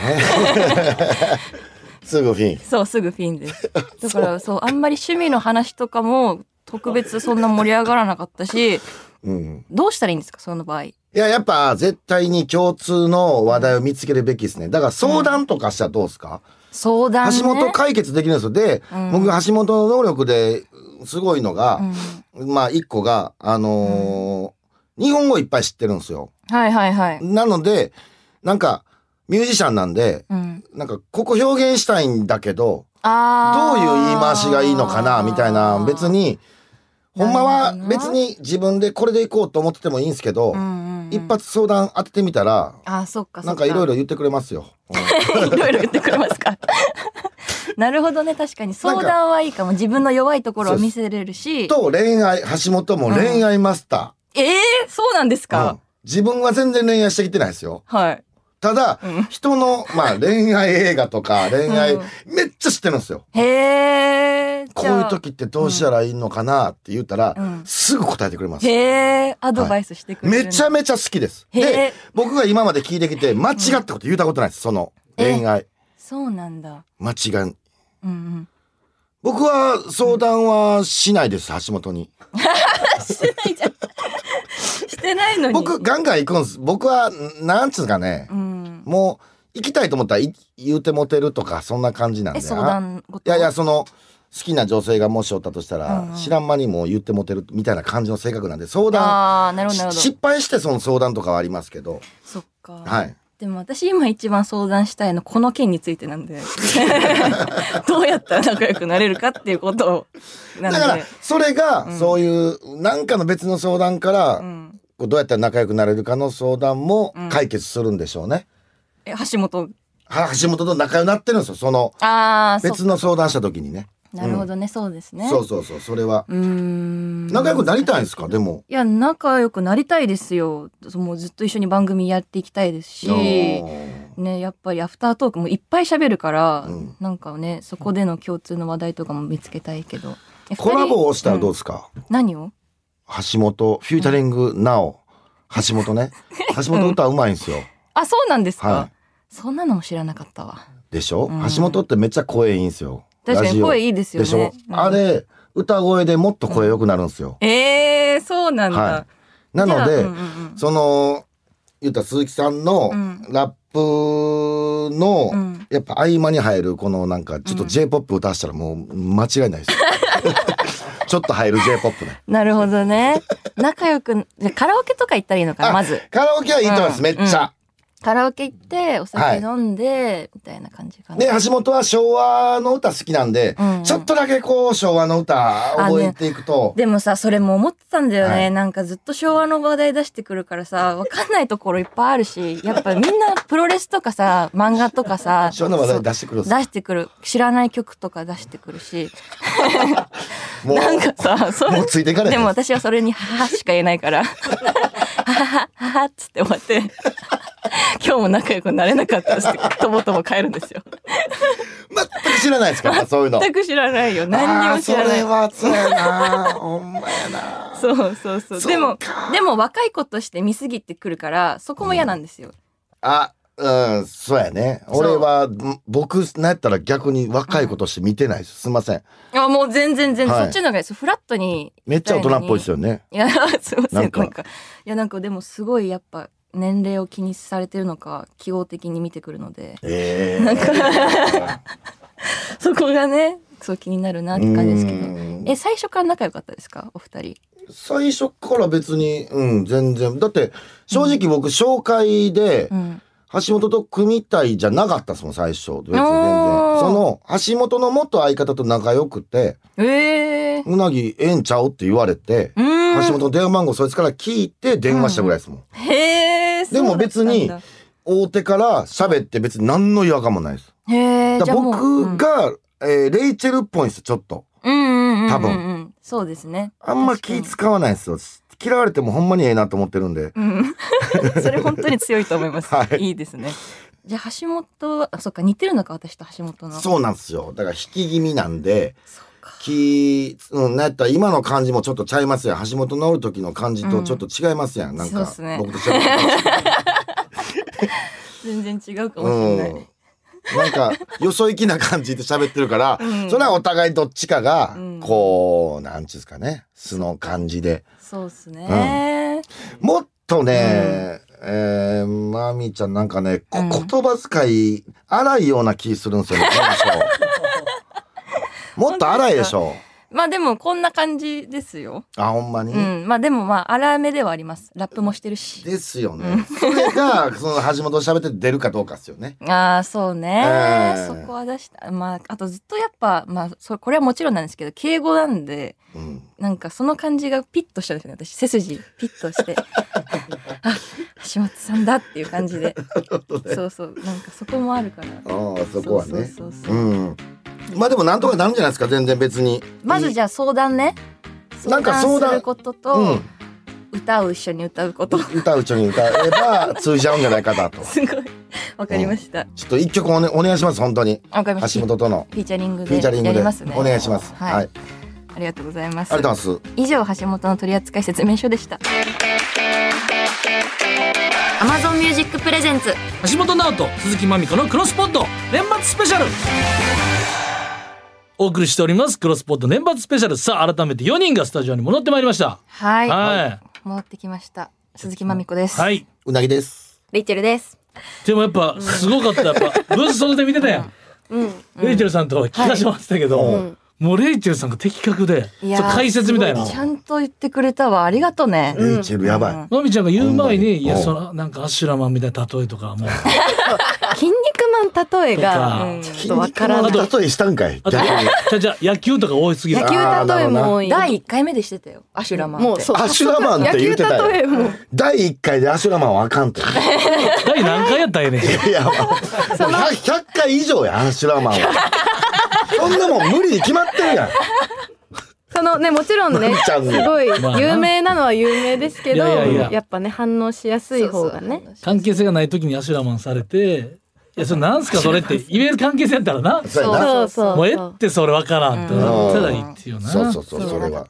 すぐフィン
そうすぐフィン ですだからそうあんまり趣味の話とかも特別そんな盛り上がらなかったし
うん
どうしたらいいんですかその場合
いややっぱ絶対に共通の話題を見つけるべきですねだから相談とかしたらどうですか、
相談ね
橋本解決できるんですよで、
うん
僕橋本の能力ですごいの
う
が、
ん
まあ一個があのー日本語いっぱい知ってるんですよ
はいはいはい
なのでなんかミュージシャンなんで
うん
なんかここ表現したいんだけどど
あ
う
ー
いう言い回しがいいのかなみたいな別にほんま
な
は
るほ
別
どな
に自分でこれでいこうと思っててもいいんですけど、
うんうんうん
一発相談当ててみたら
あーそっかそ
な
っ
んかいろい
ろ
ろ言ってくれます よ。うん
いろいろ言ってくれますか なるほどね確かに相談はいいかも自分の弱いところを見せれるし
と恋愛橋本も恋愛マスタ
ええー、そうなんです
ー、
か
うん、自分は全然恋愛してきてないですよ。
はい
ただ、
うん
人の、まあ、恋愛映画とか恋 愛、
うん
めっちゃ知ってるんですよ。
へえ
こういう時ってどうしたらいいのかなって言ったら、
うん
すぐ答えてくれます。
へえアドバイスしてくれる、
めちゃめちゃ好きです。
へ
で
え、
僕が今まで聞いてきて、間違ったこと言ったことないです。その恋愛。
そうなんだ
間違い。
うんうん
僕は相談はしないです、橋本に。
してないじゃんしてないのに
僕、ガンガン行くんです。僕は、なんつうんですかね
う、ん
もう、行きたいと思ったらい言うてモテるとか、そんな感じなんで。
え相談ご
い
と
やいや、その、好きな女性がもしおったとしたら、
うんうん
知らん間にもう言ってモテるみたいな感じの性格なんで、相談、
ああなるほどなるほど
失敗してその相談とかはありますけど、
そっか
はい。
でも私今一番相談したいのこの件についてなん でどうやったら仲良くなれるかっていうことをな
だ
の
から
で、
それが、そういう、なんかの別の相談から、
うん、
こうどうやったら仲良くなれるかの相談も
うん
解決するんでしょうね。
え橋本
は橋本と仲良くなってるんですよ。その
ああそっ
別の相談した時にね。
なるほどね、そうですね
そうそうそう、それは。
うーん
仲良くなりたいんですか、でも。
いや仲良くなりたいですよもうずっと一緒に番組やっていきたいですし
うん
ねやっぱりアフタートークもいっぱい喋るから、
うん
なんかねそこでの共通の話題とかも見つけたいけどえ
コラボをしたらど
二人ん
うですか、
何を
橋本、フューチャリング、なお、橋本 ね。橋本歌うまいんですよ。
あそうなんですか、
は
そんなのも知らなかったわ
でしょ、
うん
橋本ってめっちゃ声いいんですよ。
確かに声
い
いいですよ
で
ね
しょ、
うん
あれ、歌声でもっと声良くなるんですよ。
えー、そうなんだ、
はなの
じ
で、
ゃあうんうんうん
その、言ったら鈴木さんの
うん
ラップの、
うん
やっぱ合間に入るこのなんかちょっと J-POP 歌わしたらもう間違い ないですよ。ちょっと入る J-POP ね。
なるほどね仲良くじゃあカラオケとか行ったらいいのか
あ
なまず
カラオケはいいと思います、
うん
めっちゃ。
カラオケ行ってお
は
酒
い
飲んで、みたいな感じかな
で、橋本は昭和の歌好きなんで、
うん
ちょっとだけこう昭和の歌覚えていくと、
でもさそれも思ってたんだよね、
はい
なんかずっと昭和の話題出してくるからさ分かんないところいっぱいあるしやっぱみんなプロレスとかさ漫画とかさ
昭和の話題出してくるん
出
ですよ
してくる知らない曲とか出してくるし
も、
なんかさそう
もうついていかれ
で
へん
も私はそれに「母しか言えないから「母母」っつって終わって「今日も仲良くなれなかった」っつってとぼとぼ帰るんですよ
全く知らないですから、そういうの。
全く知らないよ何にも知らない
あーそれはそうやな。ほんまやな。
そうそうそう
そう
でも
か
でも若い子として見すぎてくるからそこも嫌なんですよ、
あ、うん、そうやね。
そう
俺は、ん僕、なんやったら逆に若い子として見てないです。すいません。
あもう全然全然、
はい
そっちの方がいいですフラットに
めっちゃ大人っぽいです
よ
よね。
いやすいません
な
なんん
か
かいやなんかでもすごいやっぱ年齢を気にされてるのか記号的に見てくるので
ええ
そこがねそう気になるなって感じですけどえ最初から仲良かったですかお二人
最初から別に、うん、全然。だって、正直僕、紹介で
う、ん
橋本と組みたいじゃなかったですもん、最初。別に全然。そ
おー
の、橋本の元相方と仲良くて、
ええ
うなぎええんちゃうって言われて、
うーん。
橋本の電話番号そいつから聞いて電話したぐらいですもん。
へえ。
でも別に
そうだっ
大手から喋って別に何の違和感もないです。
たんだ。へえ。
だ
じゃあ
から
もう
僕、が、えーレイチェルっぽいんですよ、ちょっと。
うんうんうんうんうん、
多
分。そうですね。
あんま気使わないですよ。嫌われてもほんまにええなと思ってるんで。
うん。 それ本当に強いと思います。
はい
い、いですね。じゃあ橋本は、あ、そっか、似てるのか、私と橋本の。
そうなんですよ。だから引き気味なんで、
そうか。
気、うん、なんやったら今の感じもちょっとちゃいますやん。橋本直る時の感じとちょっと違いますやん。
うん
なん
そうっ
か
すね、
僕と違 う。
全然違うかもしれない。
うん。なんか、よそ行きな感じで喋ってるから、
うん
それはお互いどっちかが
うん、
こう、なんちゅうんですかね、素の感じで。
そうですね。
もっとね、えー、まみちゃんなんかね、こ
うん
言葉遣い荒いような気するんですよ ね、この人もっと荒いでしょ。
まあでもこんな感じですよ。
あ、ほんまに、
うん。まあでもまあ荒めではあります。ラップもしてるし。
ですよね。それが、その橋本喋って出るかどうかですよね。
ああそうね、
ええ
そこは出したまああとずっとやっぱまあそこれはもちろんなんですけど敬語なんで
うん。な
な
ん
んかその感じがピッとしたんですよね私背筋ピッとしてあ橋本さんだっていう感じで
るほどね
そうそうなんかそこもあるから
ああ、そこはね。
そうそうそうそ
う。
うん
まあでもなんとかなるんじゃないですか、全然別に。
まずじゃあ相談ね
なんか相談
することと、
うん。
歌を一緒に歌うこと
歌うちょに歌えば通じ合うんじゃないかなと。
すごいわかりました
ちょっと一曲お,、ね、お願いします、本当に。
わかりまし
橋
た
本との
フィーチャリング
フィ
で
ーチャリン
や
グで
りますね
お願いします。はい。
は
あ
い
り、
ありがとうございます
がとうございます。
以上橋本の取扱説明書でした
アマゾンミュージックプレゼンツ
橋本直人鈴木まみこのクロスポット年末スペシャルお送りしておりますクロスポット年末スペシャルさあ改めて4人がスタジオに戻ってまいりました
はい、
は
戻ってきました鈴木まみこで
い
す、
はい
うなぎです。
レイチェルです
でもやっぱすごかったやっぱブース外で見てたやん
うん
レイチェルさんと聞かしましたけど、
うん
もうレイチェルさんが的確で
いやー
そう解説みたいな
すごちゃんと言ってくれたわありがとうね、
レイチェルやばい。
のみちゃんが言う前に、
うん
いや、
うん
その、なんかアッシュラマンみたいな例えとか、もう。
筋肉マン例えが
うん
ちょっとわから
筋
ん
肉
と
マンの例えしたんかい。
あと、じ
逆に
ゃあじゃあ野球とか多いすぎる
野。球例えも多い
第1回目でしてたよアシュラマンって
もうそう
アシュラマンって言ってた
野球例え
よ。
も
第1回でアシュラマンはあかんと。い
第何回やったんやねん。
や、もう 100, 100回以上や、アシュラマンは。そんなもん無理に決まってるやん。
そのねもちろん
ま
ね
みちゃ
す
んに
ごい
まあな
有名なのは有名ですけど
いやいやいや
やっぱね反応しやすい方がね
関係性がない時にアシュラマンされて、いや、それなんすかそれって言える関係性やったらな。
そうやな。
そうそう
もうええ
そう
ってそれわからんってなったらいいっていうな。
そうそう
ち
そう、それは。
だか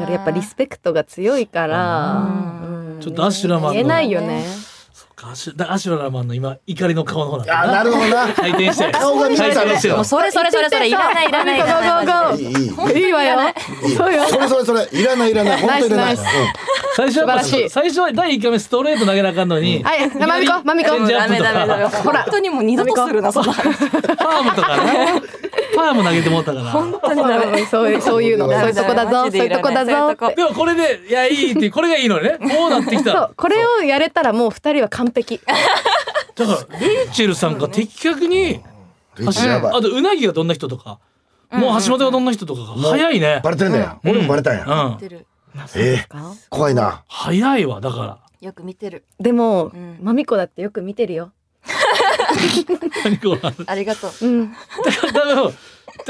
らやっぱリスペクトが強いからうん
ょっとアシュラマンの。
言えないよね
そっかアシュだアシュラマンの今、怒りの顔の方なん
あ、
だな。
なるほどな。
回転して。
顔が見えた
回
ん
転
で
し
す
て
よ
もうそれそれそれそれいらないいらないいらないマ
ゴーゴー
いい、いい。
ゴーいいわよ
いいそ
そうよ
れそれそれ、いらないいらない、本当いらな
ナ
い。
イスナ
うん
最初は
素晴らしい
最初は第1回目ストレート投げなあかんのに、
はいマミコマミコ
チェンジアップ
メ
と
ダメダメ
か、
本当にもう二度とするなその話
パームとかね。パーム投げてもうたから。
本当にダメ
そういうそういうの
ダ
そうい
メ
うとこだぞそういうとこだぞって
でもこれで、いや、いいって、これがいいのね。こうなってきた
そう
ら。
これをやれたらもう二人は完璧
だから、レイチェルさんが的確に、
レイチェルやばい
あ。と、うなぎがどんな人とか、もう橋本がどんな人とかが、早いね。
バレてんだよ。俺もバレたん
う
や。
ん。
ええ、怖いな。
早いわ、だから。
よく見てる
でも
うん
マミコだってよく見てるよ
何これ。だか
ありがとう
うん
ら、だからだか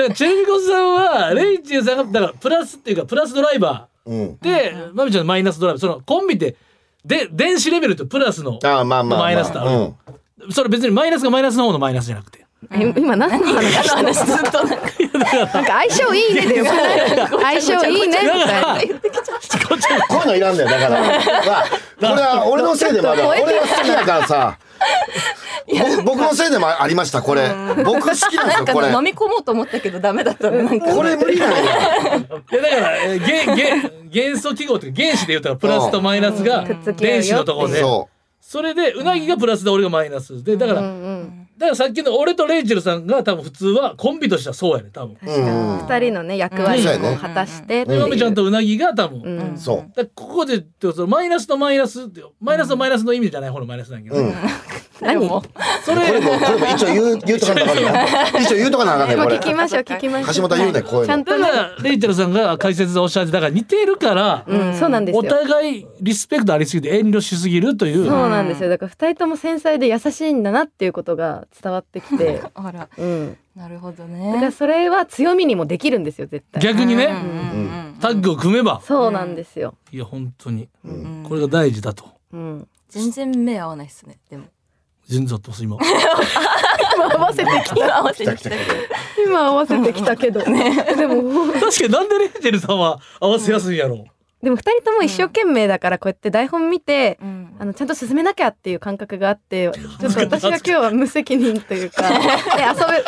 らチェルミコさんは、レイチェルさんが、だから、プラスっていうか、プラスドライバ
うん
ー。。で、まみちゃんマイナスドライバー。その、コンビって、で、電子レベルとプラスの、
ああ、まあまあ。
マイナスだ
うん。
それ別にマイナスがマイナスの方のマイナスじゃなくて。
え今何の話して
話ずっとなんか
なんか相性いいねでよくない相性いいねみ
だか
たいな
ら、こっちは
こういうのいらんだよ、だから。まあ、これは俺のせいでもあるわ。俺が好きだからさ。ぼ僕のせいでもありました、これ。僕好きなんですよ、これ
ね。飲み込もうと思ったけどダメだったねなんか
これ無理なんだ
い
よ。
やだから、えー、げげ元素記号というか原子で言うたらプラスとマイナスが
うん
電子のところで、
そ
それでうなぎがプラスで俺がマイナスでだから、
うんうん
だからさっきの俺とレイチェルさんが多分普通はコンビとしてはそうやね多分。
確か
うん
に二人のね役割
そうや
を
ね
果たしてって
で
い
うん
う
まみちゃんとうなぎが多分。
うん
うん
そう。
だからここでってそのマイナスのマイナスってマイナスのマイナスの意味じゃない方のマイナスなんやけど、
うん。
何
も
そ
これ
れ
も、これも一応言う、言うとかなあかんね。一応言うとかなあかんね、
まあ
これ
聞。きましょう聞きましょう
橋本言うねこういうの
ちゃん
だ
とね
からレイチェルさんが解説でおっしゃってだから似てるから、
うんそうなんです
お
よ
互いリスペクトありすぎて遠慮しすぎるという。
そうなんですよだから二人とも繊細で優しいんだなっていうことが伝わってきて
あら
うん
なるほど
だから
ね
それは強みにもできるんですよ絶対
逆にね、
うんうんうん
タッグを組めば
そうなんですよ
いや本当に
うん
これが大事だと
うん
全然目合わないっすねでも
全然あってます今
今合わせてきた
合わせ
来た来た来た。
今合わせてきたけどでも
確かになんでレイチェルさんは合わせやすいやろ
でも二人とも一生懸命だからこうやって台本見て
うん
あのちゃんと進めなきゃっていう感覚があってちょっと
恥ずかしい
私が今日は無責任というか、ね、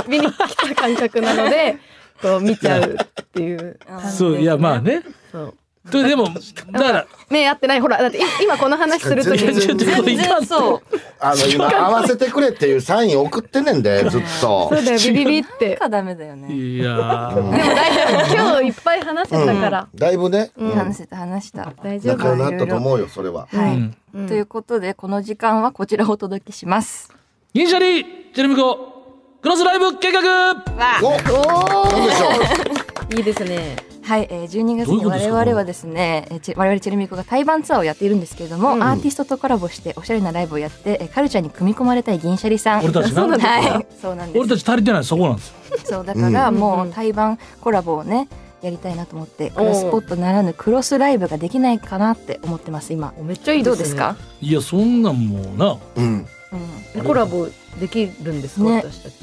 遊びに来た感覚なのでこう見ちゃうっていう
あ
う、
ー
そういやまあね
そう
ででもだから
目合ってないほらだってい今この話するとき
全然
に
ちょっと
全然そう
あの、今、合わせてくれっていうサイン送ってんねんで、ずっと
そ。うだよビビビっ
なん
て
かダメだよね
いや
うん
ー
今日いっぱい話せたから、
だいぶね、
うん
話せた話した
大丈夫
仲良くなったと思うよ、それ
は
は。
う
い
ん
うん
ということでこの時間はこちらをお届けします
銀シャリジェルミコクロスライブ計画
お
お
なんでしょ
ーいいですね
はい、えー、12月
どういう
に
ことで
我
すか
々はですねえーち我々チェルミコが対バンツアーをやっているんですけれども、アーティストとコラボしておしゃれなライブをやってえーカルチャーに組み込まれたい銀シャリさん
俺たちな
はい、 そうなんで
俺たち足りてないそこなんですよ
すそうだからもう対バンコラボをねやりたいなと思ってクロスポットならぬクロスライブができないかなって思ってます今
めっちゃいい
どうですか、
いやそんなんもうな
う。うん。
うん、
コラボできるんですか、
ね
私たち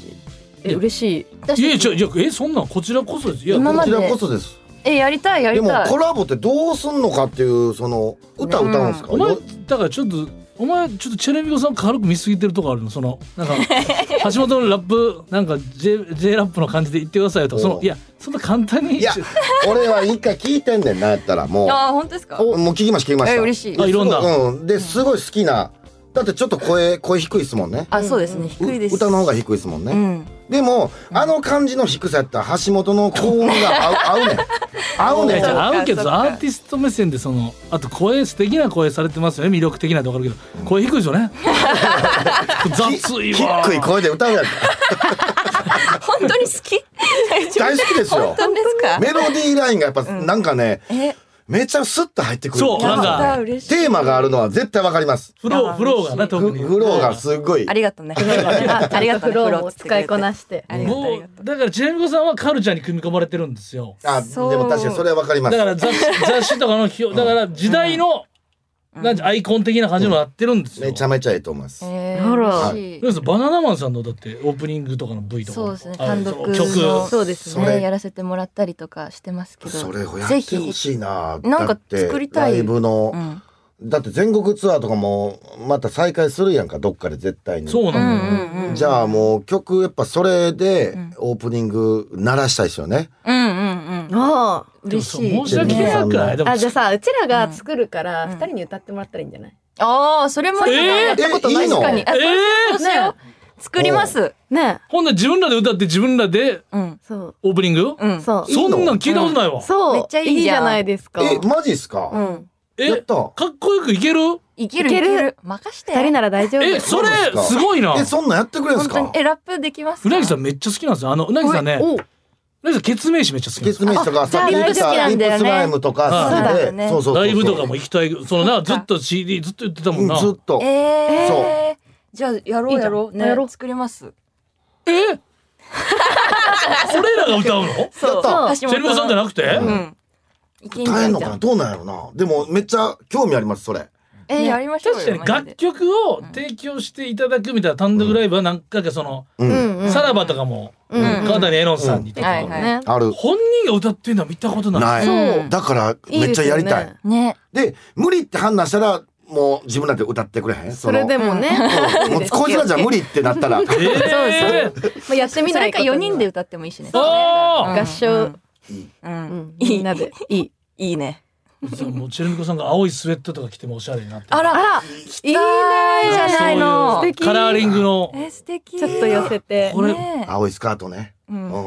え嬉しい
いやいやいやえそんなんこちらこそですいや
今
こ
ま
ち
で
らこそです。
えやりたいやり
でも
たい
コラボってどうすんのかっていうその歌歌うんですか、
お前
よ
だからちょっとお前ちょっとチェルミコさん軽く見すぎてるとこあるのそのなんか 橋本のラップなんか J, J ラップの感じで言ってくださいよとかそ
お
の
う
いやそんな簡単に
いや俺は一回聞いてんねんなやったらも
あー本当ですか
うもう聞きました聞きました
え嬉しい
あいろんな
うん、ですごい好きなだってちょっと声声低いですもんね
あそうですね低いです
う歌の方が低いですもんね、
うん
でもあの感じの低さやったら橋本の高音が 合う合うねん合う
い
ね
や
ん
じゃあ合うけど
そっ
ア
か
ーティスト目線でそのあと声素敵な声されてますよね魅力的なと分かるけど声低いですよ ね雑いわ
低い声で歌うやん
本当に好 き
大好きですよ
本当ですか
メロディーラインがやっぱなんかね、
え
めっちゃスッと入ってくる
そうなんか
やった嬉しい
テーマがあるのは絶対わかります
フローフローがな特
フ
に
フローがすごい
ありがとうね。ありがとうね。
フローを使いこな
し。
して
ありがとうあり
も
がと
うだからチェルミコさんはカルチャーに組み込まれてるんですよ
あ、で
そう
も確かにそれはわかりま
だ
す。
から 雑誌雑誌とかのひょだから時代の、なんてアイコン的な感じもやってるんですよ。
めちゃめちゃいいと思います。
え
あら
ー、
は
嬉し
い
い
そうですバナナマンさんのだってオープニングとかの V とか
そうですね。
あ
単独
そう曲
の
そうです
ねそれ
ねやらせてもらったりとかしてますけど。
それをや
ぜ
って
ひ
ほ。しいな。
ひなんか
だって
作りたい
ライブの、
うん。
だって全国ツアーとかもまた再開するやんかどっかで絶対に。
そうな
う
のよ、
んうんうん。
じゃあもう曲やっぱそれで
ん
オープニング鳴らしたいですよね。
うんうんうん。
あ
でも
嬉
そ
し
う
い
申。し訳なくないで
ー
も
あじゃあさうちらが作るから二人に歌ってもらったらいいんじゃない
ああ、それもいいな
えー
やったことない
えいいの
確かに。あ
ええ
そうしよう。作ります。
ね
ほんなら自分らで歌って自分らで
うん。
そう
オープニング、
うん。
そ
そんなん聞いたことないわ
う。そう
めっちゃいいじゃん
じゃないですか
え
二
マジっすか。
うん。
やっ
え
た。
かっこよくいける
いけるい
い
け
ける
る。任して。
人なら大丈夫
えそれ
そうですか
すごいな
えそんなんやってくれるん
本
す
当に
か。
えラップできますか。
うなぎさんめっちゃ好きなんですよあのうなぎさんねう
お
なぎさんケツメイシめっちゃ好きなん
ケ
ですよ
ツメイシとかさっき言って
じゃあ
た
大好きな
リ
んだよね
ップスライムとか
はい
好き
そうだ
で
よね
そうそうそうそう
ライブとかも行きたいそのなずっと CD ずっと言ってたもんな、
うんずっと。
えー。じゃあやろ
いういじ
や
ゃん
ろうね
やろ。う
作ります。
え 俺らが歌うのチ
そう。
や
橋
ェルミコさんじゃなくて、
うん。いけんじ
大
ゃ
変
ん
のかなどうなんやろな。でもめっちゃ興味ありますそれ。
えー、やりましょうよ。
確かに
マジで
楽曲を提供していただくみたいな単独ライブは何回かその、
う。
うんんうん
さらばとかも、
うん
川谷絵音さんにとか、
うんはい
ね
ある。
本人が歌ってるのは見たことない
ない。
そう
だからめっちゃやりたい。
ですよね
ね。
で無理って判断したらもう自分なんて歌ってくれへん
それで
も
もね
もうこいつらじゃ無理ってなったら
えー、そう
まあやってみ
そ
な
れ
い
か四人で歌ってもいいしね。
あ
うん
合唱
うん。
うん
い
み
い
んなでいい
いいね。
そうもうチェルミコさんが青いスウェットとか着てもおしゃれになって
あら
あらいいね
いいじゃないの
そういうカラーリングの
え素敵
ちょっと寄せて
これ
ね
青いスカートね。
う
うん
ん
い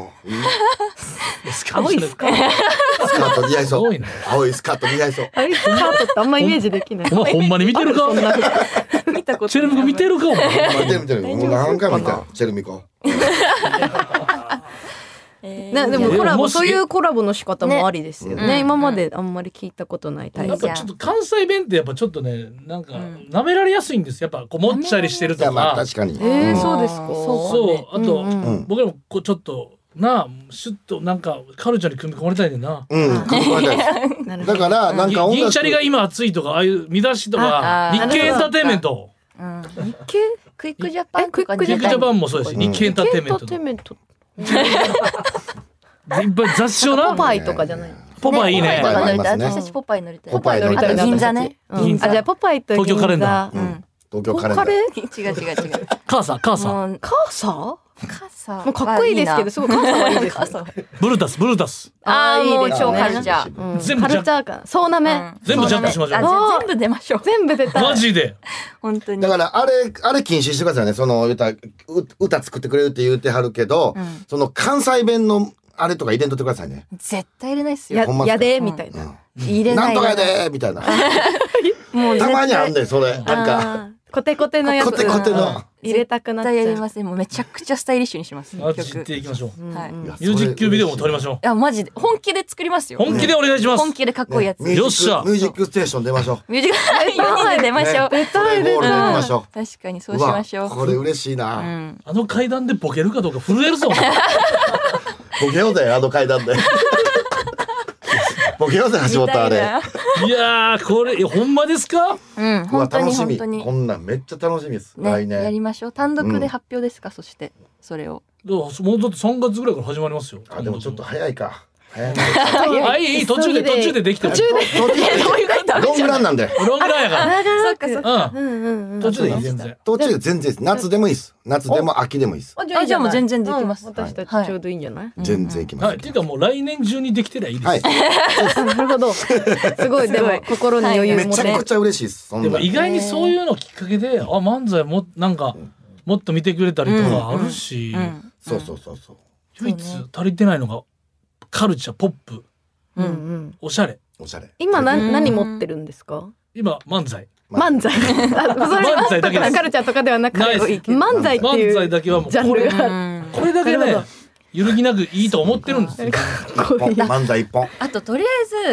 い
スカ
青いスカート
スカート似合い
す
そ
ご
う
い。ね
青いスカート似合いそう。
青いスカートってあんまイメージできない
お前ほんまに見てるか
そんな
見たこと
チェルミコ見てるかお前ほん
見
まに
てる見てる。もう何回も見た。チェルミコ。
えー
ね、で
い
も
や
コラ
も
ボ
し
そういうコラボの仕方もありですよね
ね
今まであんまり聞いたことないタイ
や
プ
っぱちょっと関西弁ってやっぱちょっとねなんか舐められやすいんですやっぱこうもっちゃりしてる
じゃ
と
あまあ
か
確かに。
え
う
ー、
ん
そうですか
そうあと、
ん
うん。
僕らもこうちょっとなあシュッとなんか彼女に組み込まれたいねんな
うん。組み込まれたいです
なるほ
だ
ど
からなんか音
銀シャリが
楽。
今熱いとかああいう見出しとか
ああ
日経エンターテインメント
うん
け
クイックジャパンとか
えクイ
ビ
ッ
ッグジャパ
ン
ンもそうだし
うん
日経エンターテインメント
ケンタメント
いっぱい雑誌を
ポ
な
パイとかじゃない
ポパイいい
ポ
ね
パイ
乗りたい
ね
私たちポパイ乗りたい
ポパイ乗
あ
りたい
と
な
銀座ね
うん
銀座
あじゃあポパイと銀座
東京カレンダ
う
うん
ん
東京
東
カレ
京
ンダ
カ
ー。
レ
違
ン
う違う違う
母さん母さん
もう
カーサ
傘は
ーもうかっこいいですけどすごいカーサーはいいですよね
ブルータスブルータス
あーもう
いいです
超
よ
カルチャー
うん
全部
カルチャー感そうなめ、
全部ジャンプしましょう
あじゃあ全部出ましょう。
全部出た
マジで
本当に。
だからあれ、あれ禁止してくださいね。その歌、う歌作ってくれるって言ってはるけど
う、ん
その関西弁のあれとか入れんとってくださいね。
絶対入れないっす
や
よ。
ほんまっすか
やでみたいな、
入れ
な
なんい。
とかやでーみたいな。
もう
た
絶
ま
対
に あんねん、それ。なんか、
あーコテコテのやつ
コテコテの。
入れたくなっ
絶
ちゃう
対やりません。もうめちゃくちゃスタイリッシュにします。
マ
曲。
ジで
い
いきましょう
うんうん
はい
いや
ミュージックビデオも撮りましょ
やマジで本気で作ります
う
よ。
本気でお願いします
本気でかっこいいやつ。
ね
ミ
よっしゃ
ミュージックステーション 出ましょう。
ュージック四人で出ましょう。
出
そ
たい
れ
出
ゴールで行き
た
ま
い
しょ
確かに
う。
そうしましょ
わ
う。
これ嬉しいうな。
ん。
あの階段でボケるかどうか震えるぞお前
ボケようぜ、あの 階段で。ボケようぜ、橋本あ
みた
れ。
い
いやーこれいやほんまですか
な。うん
うわ
本当
楽
に
し
本
み。
当
こ
に。
んなんめっちゃ楽しみです。来
ねやり
年。
ましょう。単独で発表ですかそしてそれを。
どうもうだって3月ぐらいから始まりますよ
あ、でもちょっと早いか。早い。
あいいいい途中で
急い
途中でできてる
途中で
途中 で。ロングランなんで。
ロングランやか
そっかそっか。
らうん
うんうんうん
途中でいい全然
途中で全然です。夏でもいいです。夏でも秋でもいいです。
あじゃあもう全然できます
うん私た
は
ち
い
ちょうどいいんじ ゃない、
全然いきま
は
す
い、っ。ていうかもう来年中にできてりゃいいです、
はい。
なるほどすごい
すごい
でも心に余
め
裕持
ち
て、
ゃくちゃ嬉しいです。そん
で
な
も意外にそういうのきっかけであ漫才もなんかもっと見てくれたりとかあるし、
うん。
そうそうそうそう。
唯一足りてないのがカルチャーポップ
う
う
んん
うん、
おしゃれ
おしゃれ。
今な、
うん
何持ってるんですか
今漫才
漫 才あそれ
漫才
漫才
だ
だ
け
け
です
カルチャーとかではなく
ないです
漫才ってい
漫
う
才だけはもう
ジャン
こ
ル
れ
が
うん
これだけ
なる
ね
ほ
揺るぎなくいいと思ってるんですよ
こういう
漫才一本。
あととりあ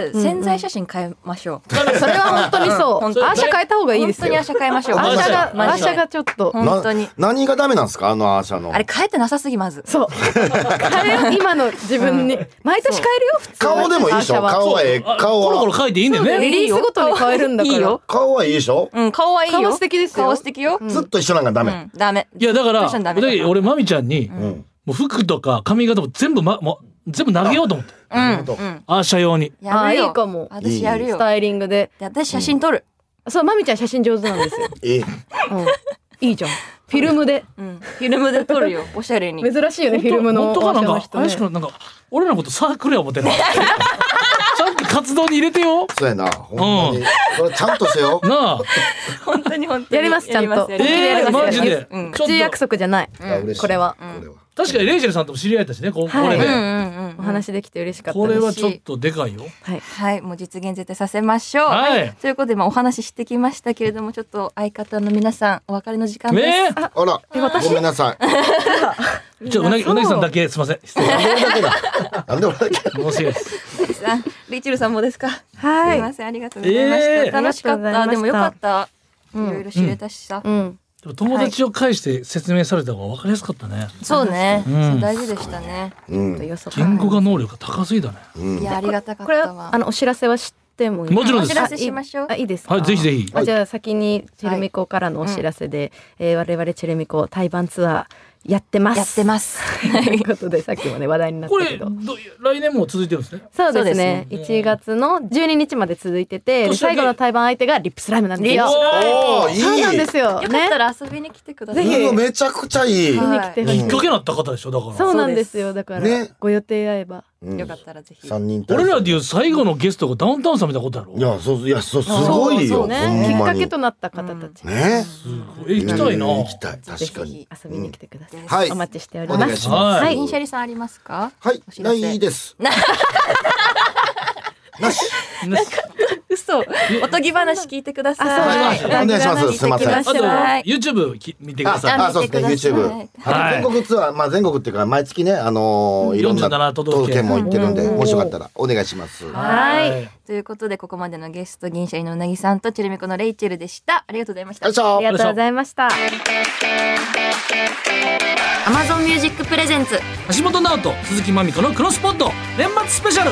えず潜在写真変えましょう。
それは本当にそう
うん
本当に
アーシャ変えた方がいいで
本
す
当に
よ
アシャ変えましょう。
アー
シ
シャ
ャ
がアーシャがちょっと
本当に。
何がダメなんですかあのアーシャの
あ。れ変えてなさすぎまず。
そう変えよう今の自分に毎年変えるよ普通
顔でもいいでしょ
アーシャは
顔はええ。
あ
顔
コロコ
は
ロ。書いていいんだよ
リ
ね
リースごとに変えるんだから
いいよ。
顔はいいでしょ
うん、顔はいいよ。
顔素敵ですよ
顔素敵よ。
ずっと一緒なんかダ
う
メ。
ん、ダメ。
いやだから
どうしたんだみたいな
だ俺マミちゃんに、
う
も
ん。
う服とか髪型も全部、ま、もう全部投げようと思って
う
なる
ん
ほど。
うん。
アーシャ用に
や
あ
る
ー
よ。
いいかも
私やる
ス
よ。
タイリングで
で私写真撮る。
そうまみちゃん写真上手なんですよ、
ええ。
うん、いいじゃんフィルムで
うん。フィルムで撮 るよ。おしゃれに。
珍しいよねフィルムの
本当かなん
アー
か
シャの
怪し
人
く
ね
ななんか俺らのことサークルや思ってるちゃんと活動に入れてよ
そうやな。ほんまに。それちゃんとしてよ。
なあ
本当に本当に。
やりますちゃんと
やりますや
え
り
ー、
ます
マジ
や
で、
う
ちょっ
ん
と
口約束じゃない
いや嬉しい
これは
これは。
確かにレイジェルさんとも知り合いだしねこ,、
は
これ
い
うんう
で、
んうん。
お。話できて嬉しかった
こ
で
れ
す
はちょっとでかいよ
はい
はい、もう実現絶対させましょう。
はい
ということで、まあ、お話ししてきましたけれども、ちょっと相方の皆さん、お別れの時間です。
ね
あら。ごめんなさい。
えちょうなぎうなぎさんだけすいません失礼
なんで俺だけだ。なんで俺だけだ。
申し訳ないです
さん、リチルさんもですか。
は
すい
い
ません、ありがとうございました。
えー
楽しかっ
あ
た。
りがとうございました
でもよかった。い
ん
ろいろ知れたしさ。
うん
でも友達を介して説明された方が分かりやすかったね、
そうね、
うん
そう大事でしたね。
うん。
よそか
言語化能力が高すぎだね
うん
いや、ありがたかっ
これ
た
は
わ
あ。のお知らせは知ってもいい
もちろん
お
で
知
す
らせしましょう
あ。いいですか
はいぜひぜひ
あじゃあ先にチェルミコからのお知らせで、えー我々チェルミコ対バンツアーやってます
やって
す
ます。
と いうことでさっきもね話題になっ
こ
たけ
れ
ど
ど来年も続いてるんですね
そうですね
そうですね
1月の12日まで続いててで
年明け
最後の対バン相手がリップスライムなんですよ
おおいい。
そうなんですよ
よかっ
ね
たら遊びに来てくださ
ぜ
い。
ひ
うわめちゃくちゃいい。
見に来てほしい
きっかけになった方でしょだから
そうなんですよだから
ね
ご予定合えば
うん
よかったらぜひ。
三人体制
俺らでいう最後のゲストがダウンタウンさん見たいなことやろ
いやそういやそうすごい
そうそ
よ
うね、
ほ
き
ん
っ
ま
か
に
けとなった方たち、
ね
すごい行きたいな、
うん行きたい
ぜ
確かに
ひ遊びに来てくださ
う
い、
ん
はい
お待ちしており
お
ま
願い
す
します
は
はいい、銀シャリさんありますか。
はい
お知ら
な
せ
いですなし
ね
嘘、おとぎ話聞いてくだ
あ
さい。
そう
お願いしますすいません
あと
はい
YouTube き見てください
あ、あそうですね、
見てくださ
YouTube
い。
あの全国ツアー、まあ全国っていうか、毎月ね、あのーいろんな
47都
都道
道
府
府
県
県
も行ってるんで、
うん
もしよかったらお願いします。
はい
はい
ということで、ここまでのゲスト銀シャリのうなぎさんとチェルミコのレイチェルでした。ありがとうございました
よい。しょ
ありがとうございました。
Amazon Music Presents
橋本直人鈴木まみこのクロスポット年末スペシャル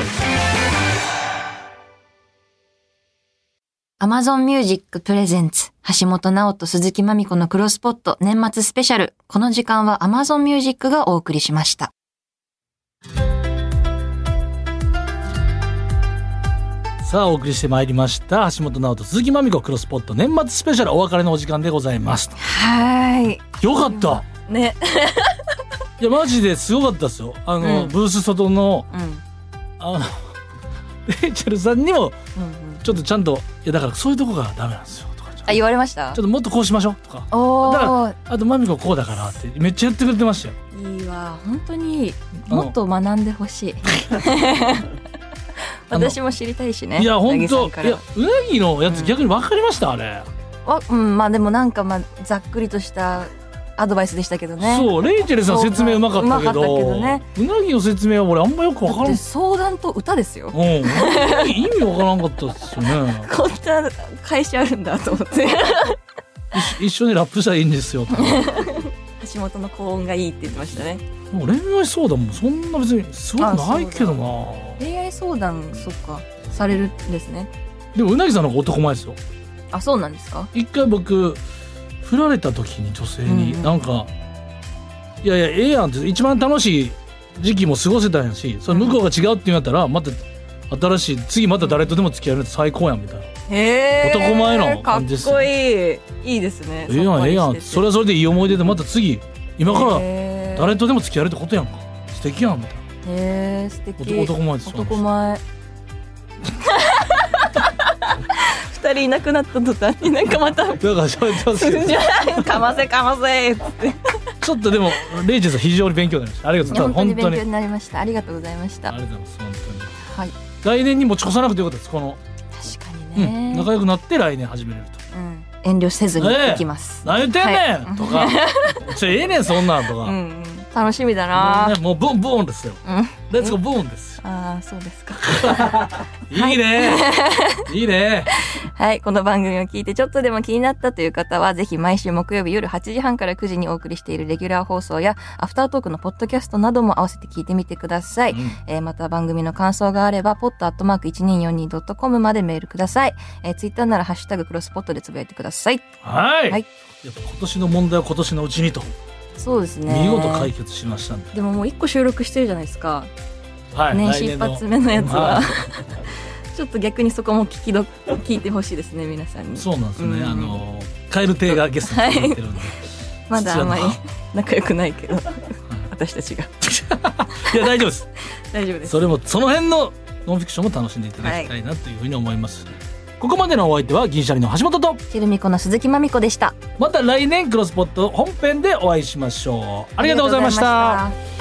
Amazon Music Presents 橋本直人鈴木まみこのクロスポット年末スペシャル。この時間は Amazon Music がお送りしました。
さあお送りしてまいりました橋本直人鈴木まみこクロスポット年末スペシャルお別れのお時間でございます
はい。
よかった
ね。
いやマジですごかったですよあの、
うん
ブース外の
うん。
あのレイチェルさんにも
うんうん、
ちょっとちゃんと「いやだからそういうとこがダメなんですよ」とかちょ
あ、
っ
言われました
ともっとこうしましょうとか
お
だ
ー。
あとまみここうだからってめっちゃ言ってくれてましたよ
いいわ本当にいい
あの
もっと学んでほしい
あの
私も知りたいしね
いや本
渚さ
当
んか
い
ら
やうなぎのやつ逆に分かりました、あれ
わうんまあでもなんかまあざっくりとしたアドバイスでしたけどね
そうレイチェルさん説明うまかったけど
うまかった
うなぎの説明は俺あんまよく分か
だ
ら
っ
ん
て相談と歌ですよ
うん、 意味わからんかったですよね。
こんな会社あるんだと思って
一緒にラップしたらいいんですよ。
橋本の高音がいいって言ってましたね
もう恋愛相談もそんな別にすごくないけどな。
恋愛相談そっかされるんですね
でもうなぎさんの方が男前ですよ。
あそうなんですか
一回僕振られた時に女性に、
うんうん
なんか「いやいやええやん」って一番楽しい時期も過ごせたんやしそれ向こうが違うって言うんやったらまた新しい次また誰とでも付き合えるの最高やんみたいな「
へー
男前な
かっ
感じです
こいいいいですね
ええやんええやん」それはそれでいい思い出でまた次今から
ら
誰とでも付き合えるってことやんか素敵やんみたいな。
へえ素敵
男男前です
男前二人いなくなった途端になんかまた
だから喋ってますけど
じゃんかませかま せ
ちょっとでもレイジェルさん非常に勉強になりましたありがとうございます
本
本
当
当に
に勉強になりましたありがとうございまし
あ
た
りがとうございます本当に
はい
来年にも越さなくてよかったですこの、
確か
う
にね
ん、仲良くなって来年始めれると
うん遠慮せずに行きます
何言ってんねん、
はい
と か「ちょええねんそんなん」とか、
う
も
んうん楽しみだな
うねもうブンブンですよ
うん
レッツゴーブンですよ
あーそうですか
いい ねいいね
はいこの番組を聞いてちょっとでも気になったという方はぜひ毎週木曜日夜8時半から9時にお送りしているレギュラー放送やアフタートークのポッドキャストなども合わせて聞いてみてください、
うん
えーまた番組の感想があれば、ポットアットマーク 1242.com までメールください。えー、ツイッターならハッシュタグクロスポットでつぶやいてください。
はい、
はい
やっぱ今年の問題は今年のうちにと
そうですね。
見事解決しましたんで、
でももう一個収録してるじゃないですか。
はい、
年
来
始一
年の
発目のやつは。
い
ちょっと逆にそこも聞きど、聞いてほしいですね、皆さんに。
そうなんですね、
うん
あの蛙亭がゲストに来てくれてるんで、
まだあんまり
実は
仲良くないけ ど、私たちが。
いや大丈夫です
大丈夫です。
それもその辺のノンフィクションも楽しんでいただきたいなというふうに思います、ここまでのお相手は銀シャリの橋本と
チェルミコの鈴木まみこでした。
また来年クロスポット本編でお会いしましょうあ
あ
りがとうございました
りがとうございました。